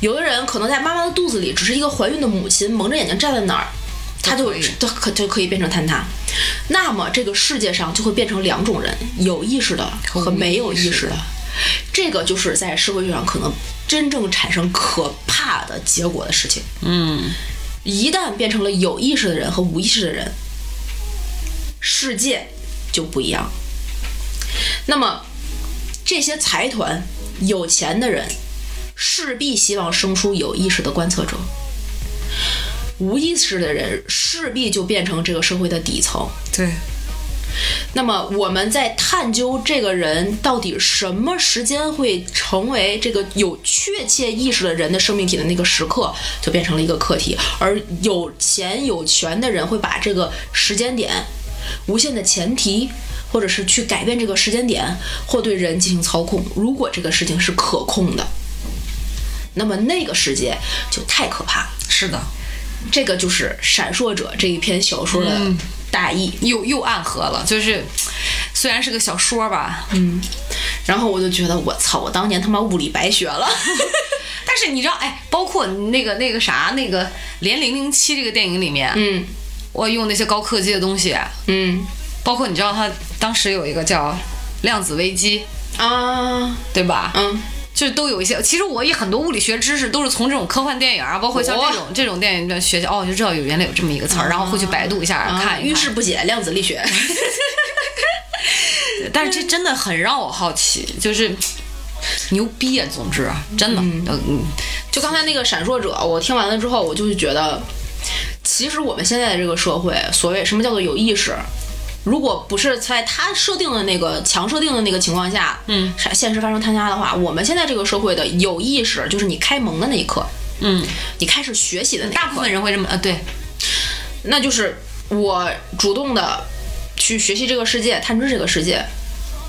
S1: 有的人可能在妈妈的肚子里只是一个怀孕的母亲蒙着眼睛站在那儿，他就
S3: 可以
S1: 他可就可以变成坍塌。那么这个世界上就会变成两种人：有意识的和没有意识的。这个就是在社会学上可能真正产生可怕的结果的事情。
S3: 嗯，
S1: 一旦变成了有意识的人和无意识的人，世界就不一样。那么，这些财团、有钱的人势必希望生出有意识的观测者，无意识的人势必就变成这个社会的底层。
S3: 对，
S1: 那么我们在探究这个人到底什么时间会成为这个有确切意识的人的生命体的那个时刻，就变成了一个课题。而有钱有权的人会把这个时间点无限的前提。或者是去改变这个时间点，或对人进行操控。如果这个事情是可控的，那么那个世界就太可怕了。
S3: 是的，
S1: 这个就是《闪烁者》这一篇小说的大意。
S3: 又又暗合了，就是虽然是个小说吧，
S1: 然后我就觉得，我操，我当年他妈物理白学 了。
S3: 但是你知道，哎，包括那个那个啥，那个《连零零七》这个电影里面，
S1: 嗯
S3: 我用那些高科技的东西，
S1: 嗯
S3: 包括你知道他当时有一个叫量子危机，
S1: 啊
S3: 对吧？
S1: 嗯
S3: 就是都有一些，其实我也很多物理学知识都是从这种科幻电影啊，包括像这种、这种电影的学习，哦，我就知道有原来有这么一个词儿，然后会去百度一下、
S1: 啊！
S3: 看一
S1: 遇事
S3: 看。
S1: 不解，量子力学。
S3: 但是这真的很让我好奇，就是牛逼啊！总之，真的，嗯，
S1: 就刚才那个闪烁者，我听完了之后，我就觉得，其实我们现在的这个社会，所谓什么叫做有意识，如果不是在他设定的那个强设定的那个情况下，
S3: 嗯，
S1: 现实发生坍塌的话，我们现在这个社会的有意识，就是你开蒙的那一刻，
S3: 嗯，
S1: 你开始学习的那一刻，
S3: 大部分人会这么，呃，对，
S1: 那就是我主动的去学习这个世界、探知这个世界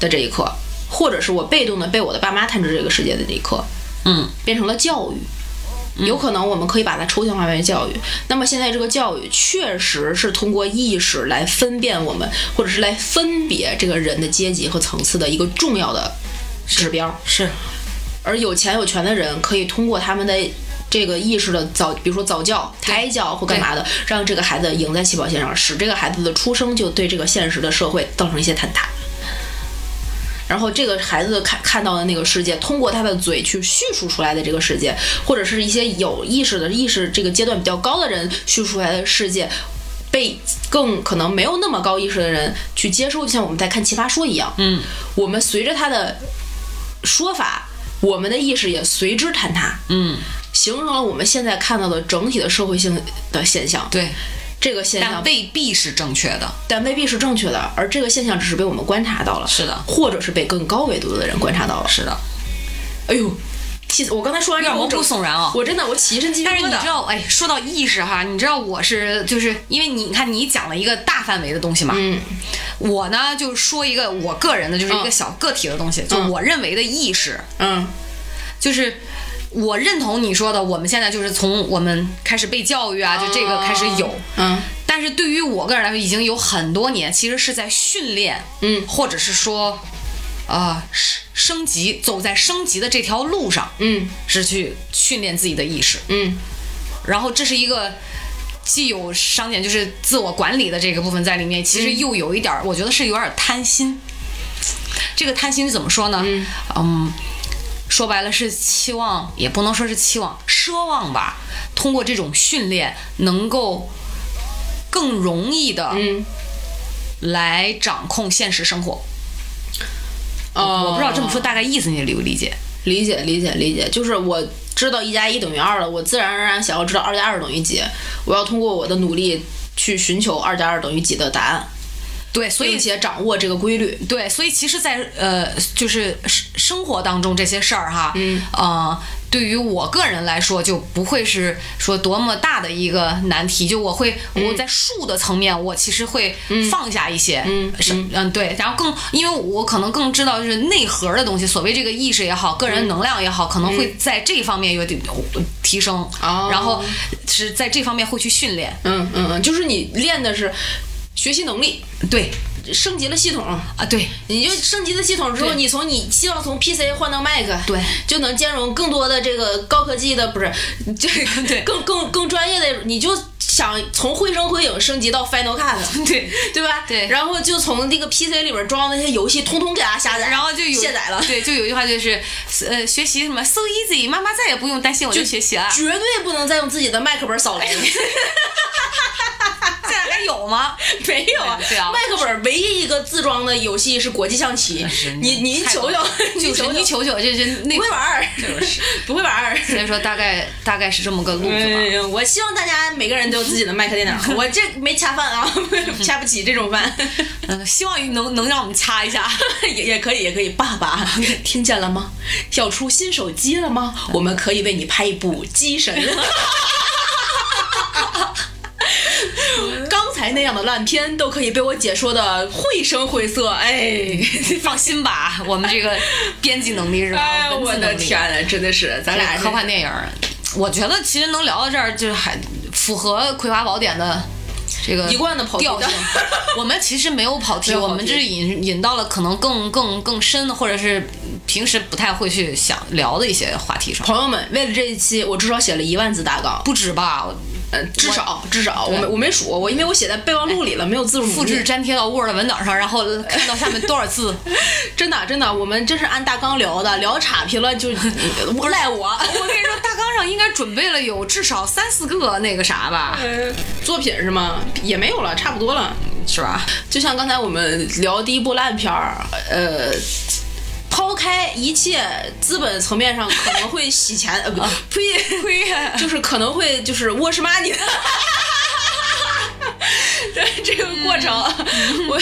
S1: 的这一刻，或者是我被动的被我的爸妈探知这个世界的这一刻，
S3: 嗯，
S1: 变成了教育。有可能我们可以把它抽象化为教育。那么现在这个教育确实是通过意识来分辨我们，或者是来分别这个人的阶级和层次的一个重要的指标。
S3: 是，
S1: 而有钱有权的人可以通过他们的这个意识的早，比如说早教、胎教或干嘛的，让这个孩子赢在起跑线上，使这个孩子的出生就对这个现实的社会造成一些坍塌。然后这个孩子看看到的那个世界，通过他的嘴去叙述出来的这个世界，或者是一些有意识的意识这个阶段比较高的人叙述出来的世界，被更可能没有那么高意识的人去接收，就像我们在看《奇葩说》一样，
S3: 嗯，
S1: 我们随着他的说法，我们的意识也随之坍塌，
S3: 嗯，
S1: 形成了我们现在看到的整体的社会性的现象。
S3: 对，
S1: 这个现
S3: 但
S1: 象，
S3: 未必是正确的，
S1: 但未必是正确的，而这个现象只是被我们观察到了，
S3: 是的
S1: 或者是被更高维度的人观察到了。
S3: 是的，
S1: 哎呦，气死！我刚才说完之后，
S3: 有
S1: 我
S3: 点毛骨
S1: 整
S3: 悚然啊
S1: 我真的，我起一身鸡皮
S3: 但是
S1: 疙
S3: 你知
S1: 瘩。
S3: 道，哎，说到意识哈，你知道我是就是因为你你看你讲了一个大范围的东西嘛，
S1: 嗯，
S3: 我呢就说一个我个人的，就是一个
S1: 嗯
S3: 小个体的东西，就
S1: 嗯
S3: 我认为的意识，
S1: 嗯
S3: 就是。我认同你说的，我们现在就是从我们开始被教育啊，就这个开始有。
S1: 哦嗯
S3: 但是对于我个人来说，已经有很多年，其实是在训练，
S1: 嗯
S3: 或者是说，呃，升升级，走在升级的这条路上，
S1: 嗯
S3: 是去训练自己的意识。
S1: 嗯
S3: 然后这是一个既有商点就是自我管理的这个部分在里面，
S1: 嗯
S3: 其实又有一点儿，我觉得是有点儿贪心。这个贪心是怎么说呢？嗯说白了是期望，也不能说是期望，奢望吧。通过这种训练，能够更容易的
S1: 嗯，
S3: 来掌控现实生活。
S1: 哦，
S3: 我不知道这么说大概意思你理不理解？
S1: 理解理解理解，就是我知道一加一等于二了，我自然而然想要知道二加二等于几，我要通过我的努力去寻求二加二等于几的答案。
S3: 对，所以
S1: 并且掌握这个规律。
S3: 对，所以其实在，呃，就是生生活当中这些事儿哈，嗯，呃，对于我个人来说，就不会是说多么大的一个难题。就我会，我在术的层面，我其实会放下一些，嗯嗯对。然后更，因为我可能更知道就是内核的东西，所谓这个意识也好，个人能量也好，可能会在这方面有点提升，
S1: 哦
S3: 然后是在这方面会去训练。
S1: 嗯嗯嗯，就是你练的是学习能力，
S3: 对
S1: 升级了系统。
S3: 啊，对，
S1: 你就升级了系统之后，
S3: 对
S1: 你从你希望从 PC 换到 Mac，
S3: 对，
S1: 就能兼容更多的这个高科技的，不是这个
S3: 对
S1: 更更更专业的，你就想从绘声绘影升级到 Final Cut，
S3: 对
S1: 对吧？
S3: 对
S1: 然后就从那个 PC 里边装的那些游戏，通通给它下载，
S3: 然后就有
S1: 卸载了，
S3: 对，就有一句话就是，呃，学习什么 so easy，妈妈再也不用担心我的学习了。
S1: 绝对不能再用自己的 Mac 本扫雷。
S3: 现在还有吗？
S1: 没有啊，
S3: 对啊哎
S1: 麦克本儿唯一一个自装的游戏是国际象棋
S3: 是，
S1: 你你
S3: 太
S1: 求
S3: 多
S1: 求
S3: 了，
S1: 你
S3: 就是
S1: 求
S3: 你
S1: 求，
S3: 求求，这这那
S1: 不会玩 儿，不会玩儿。
S3: 所以说大概大概是这么个路子吧。
S1: 嗯，我希望大家每个人都有自己的麦克电脑，我这没恰饭啊， 恰不起这种饭，
S3: 嗯，希望能能让我们掐一下。
S1: 也也可以，也可以。爸爸，听见了吗？要出新手机了吗？我们可以为你拍一部《机神》。 刚才那样的烂片都可以被我解说的绘声绘色，哎，
S3: 放心吧，我们这个编辑能力是吧？
S1: 哎呀，
S3: 文字
S1: 我的
S3: 能力
S1: 天，呐，真的是，咱俩
S3: 这个科幻电影儿，我觉得其实能聊到这儿，就是还符合《葵花宝典》的这个
S1: 一贯的跑题
S3: 调性
S1: 的。
S3: 我们其实没有跑 题，
S1: 没有跑
S3: 我
S1: 题
S3: 们这是引引到了可能更更更深的，或者是平时不太会去想聊的一些话题上。
S1: 朋友们，为了这一期，我至少写了一万字大纲，
S3: 不止吧，我
S1: 呃，至少至少，我没我没数，我因为我写在备忘录里了，没有字数努
S3: 复制
S1: 力。
S3: 粘贴到 Word 文档上，然后看到下面多少 字，
S1: 真的真的，我们真是按大纲聊的，聊岔劈 了就赖我。
S3: 我跟你说，大纲上应该准备了有至少三四个那个啥吧，
S1: 作品是吗？也没有了，差不多了。
S3: 是吧？
S1: 就像刚才我们聊第一部烂片儿，呃。抛开一切资本层面上可能会洗钱， 呃，
S3: 啊
S1: 不，呸呸， 就是可能会就是沃什玛 尼的这个过程，
S3: 嗯
S1: 我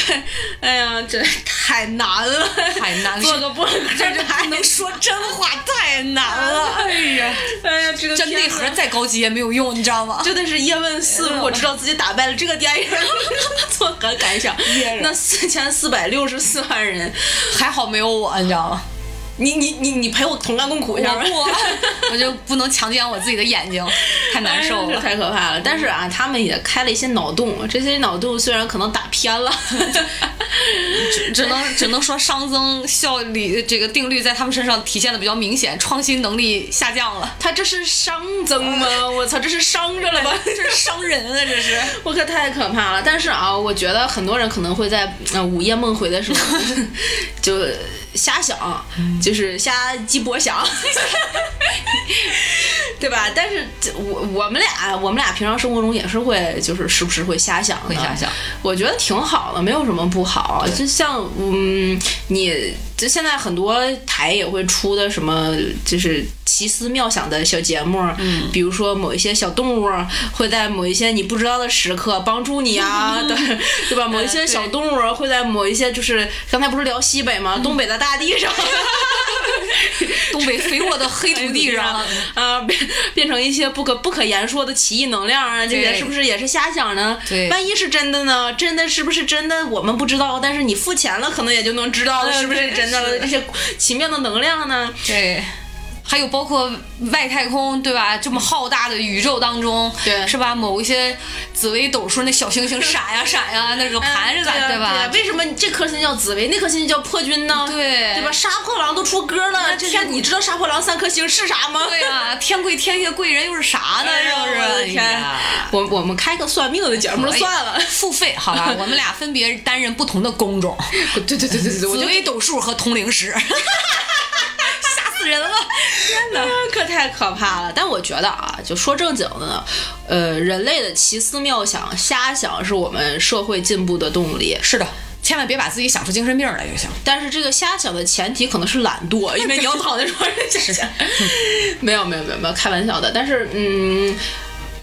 S1: 哎呀，这太难了，
S3: 太难了
S1: 做个播客
S3: 这这还能说真话太难了，哎 呀，
S1: 哎呀，这个
S3: 这
S1: 片
S3: 内
S1: 子
S3: 核再高级也没有用，你知道吗？
S1: 真的是叶问
S3: 哎
S1: 四，我知道自己打败了这个电 影，作何感想？那四千四百六十四万人，
S3: 还好没有我，你知道吗？
S1: 你你你你 陪我啊同甘共苦一下吧。
S3: 我 不，我就不能强奸我自己的 眼睛，太难受
S1: 哎这
S3: 了。
S1: 太可怕了。但是啊，他们也开了一些脑洞，啊这些脑洞虽然可能打偏了，
S3: 只
S1: 哎
S3: 能只能说熵增效率这个定律在他们身上体现的比较明显，创新能力下 降了。
S1: 他这是熵增吗？我操，这是伤着了吧？
S3: 这是伤人啊！这是
S1: 我可太可怕了。但是啊，我觉得很多人可能会在呃午夜梦回的时候 就瞎想，就是瞎鸡脖想， 对吧？但是这我我们俩我们俩平常生活中也是会就是时不时会瞎想的，
S3: 会瞎想。
S1: 我觉得挺好的，没有什么不好。就像嗯，你就现在很多台也会出的什么，就是奇思妙想的小节目，嗯，比如说某一些小动物会在某一些你不知道的时刻帮助你 啊，对哎对吧？某一些小动物会在某一些就是刚才不是聊西北吗？东北的大地上。
S3: 东北肥沃的黑土哎地上，
S1: 啊， 变变成一些不可不可言说的奇异能量啊，这些
S3: 对
S1: 是不是也是瞎想呢？
S3: 对
S1: 万一是真的呢？真的是不是真的？我们不知道，但是你付钱了，可能也就能知道
S3: 嗯
S1: 是不是
S3: 对
S1: 真的了。
S3: 是
S1: 这些奇妙的能量呢？
S3: 对。还有包括外太空，对吧？这么浩大的宇宙当中，
S1: 对
S3: 是吧？某一些紫微斗数那小星星闪呀闪呀，那种盘着
S1: 哎
S3: 咱，
S1: 对啊
S3: 吧？
S1: 对啊为什么这颗星叫紫薇，那颗星叫破军呢？
S3: 对
S1: 对吧？杀破狼都出歌了，这天你知道杀破狼三颗星是啥吗？
S3: 对啊，天贵天月贵人又是啥呢？是不是？
S1: 我的
S3: 哎
S1: 天
S3: 呀
S1: 我我们开个算命的节目算了
S3: 哎。付费好吧？我们俩分别担任不同的工种，
S1: 对对对对对对，我
S3: 紫
S1: 就
S3: 微斗数和通灵师，吓死人了！
S1: 啊可太可怕了！但我觉得啊，就说正经的呢，呃，人类的奇思妙想、瞎想是我们社会进步的动力。
S3: 是的，千万别把自己想出精神病来就行。
S1: 但是这个瞎想的前提可能是懒惰，因为你要躺在床上瞎想。没有没有没有没有，开玩笑的。但是嗯，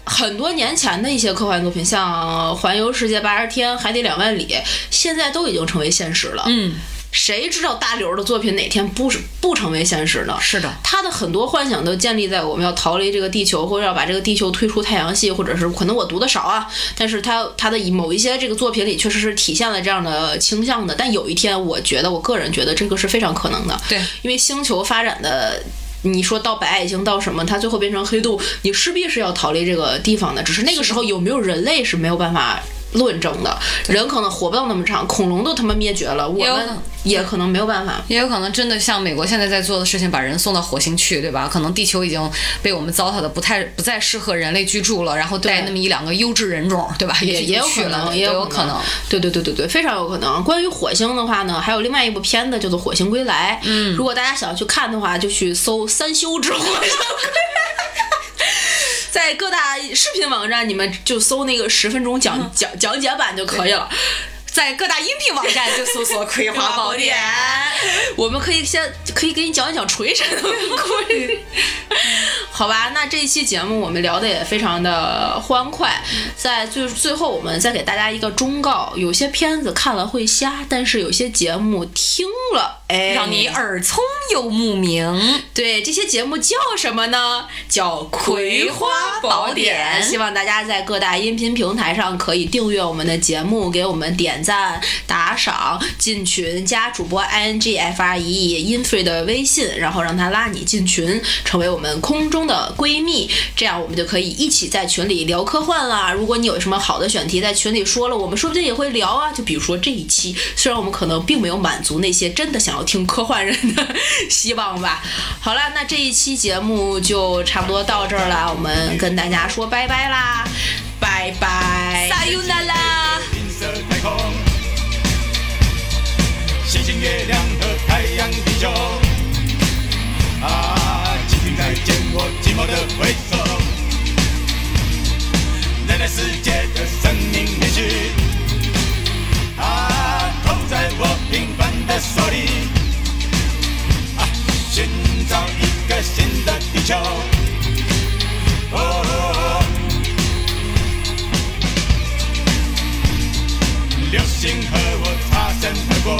S1: 很多年前的一些科幻作品，像《环游世界八十天》《海底两万里》，现在都已经成为现实了。
S3: 嗯，
S1: 谁知道大刘的作品哪天不是不成为现实呢？
S3: 是的，
S1: 他的很多幻想都建立在我们要逃离这个地球，或者要把这个地球推出太阳系，或者是可能我读的少啊，但是他他的某一些这个作品里确实是体现了这样的倾向的。但有一天，我觉得我个人觉得这个是非常可能的，
S3: 对，
S1: 因为星球发展的。你说到白矮星到什么，它最后变成黑洞，你势必是要逃离这个地方的。只是那个时候有没有人类是没有办法论证的，人可能活不到那么长，恐龙都他妈灭绝了，我
S3: 也有可
S1: 们
S3: 能
S1: 也可能没有办法。
S3: 也有可能真的像美国现在在做的事情，把人送到火星去，对吧？可能地球已经被我们糟蹋的不太不再适合人类居住了，然后带
S1: 对
S3: 那么一两个优质人种，对吧？
S1: 也
S3: 也
S1: 也有
S3: 去
S1: 可
S3: 了，
S1: 能，
S3: 对
S1: 也
S3: 都有
S1: 可
S3: 可能。。
S1: 对对对对对，非常有可能。关于火星的话呢，还有另外一部片子叫做《火星归来》。嗯，如果大家想要去看的话，就去搜“三修之火星归来”。 在各大视频网站，你们就搜那个十分钟讲、
S3: 嗯
S1: 讲讲解版就可以了。，
S3: 在各大音频网站就搜索《葵花宝典》
S1: 我们可以先可以给你讲一讲锤神的故事，好吧？那这一期节目我们聊的也非常的欢快，在最最后我们再给大家一个忠告：有些片子看了会瞎，但是有些节目听了，哎，
S3: 让你耳聪又目明。
S1: 对这些节目叫什么呢？叫《葵花宝典》。希望大家在各大音频平台上可以订阅我们的节目，给我们点赞、打赏、进群，加主播 i n g f r e e infree 的微信，然后让他拉你进群，成为我们空中的闺蜜。这样我们就可以一起在群里聊科幻啦。如果你有什么好的选题，在群里说了，我们说不定也会聊啊。就比如说这一期，虽然我们可能并没有满足那些真的想要听科幻人的 希望吧。好了，那这一期节目就差不多到这儿了，我们跟大家说拜拜啦，拜拜，
S3: 撒尤那拉。
S6: 银色太空，星星、月亮和太阳、地球。啊，今天再见我寂寞的回首，人类世界的生命延续，啊，扣在我平凡的手里，啊，寻找一个新的地球。哦哦哦流星和我擦身而过，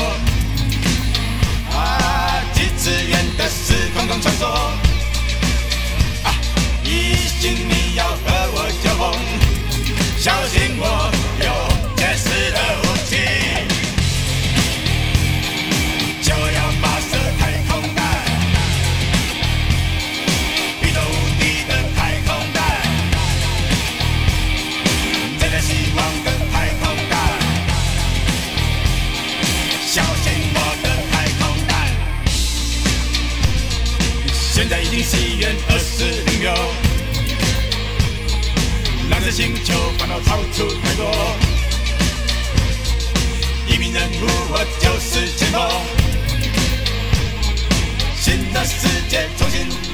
S6: 啊，几次元的时空中穿梭，啊，一心你要和我交锋，小心我有结实的武器，就要发射太空弹，宇宙无敌的太空弹，真的希望的太空弹。小心我的太空蛋！现在已经西元二四零六，来自星球烦恼超出太多，移民任务我就是前锋，新的世界重新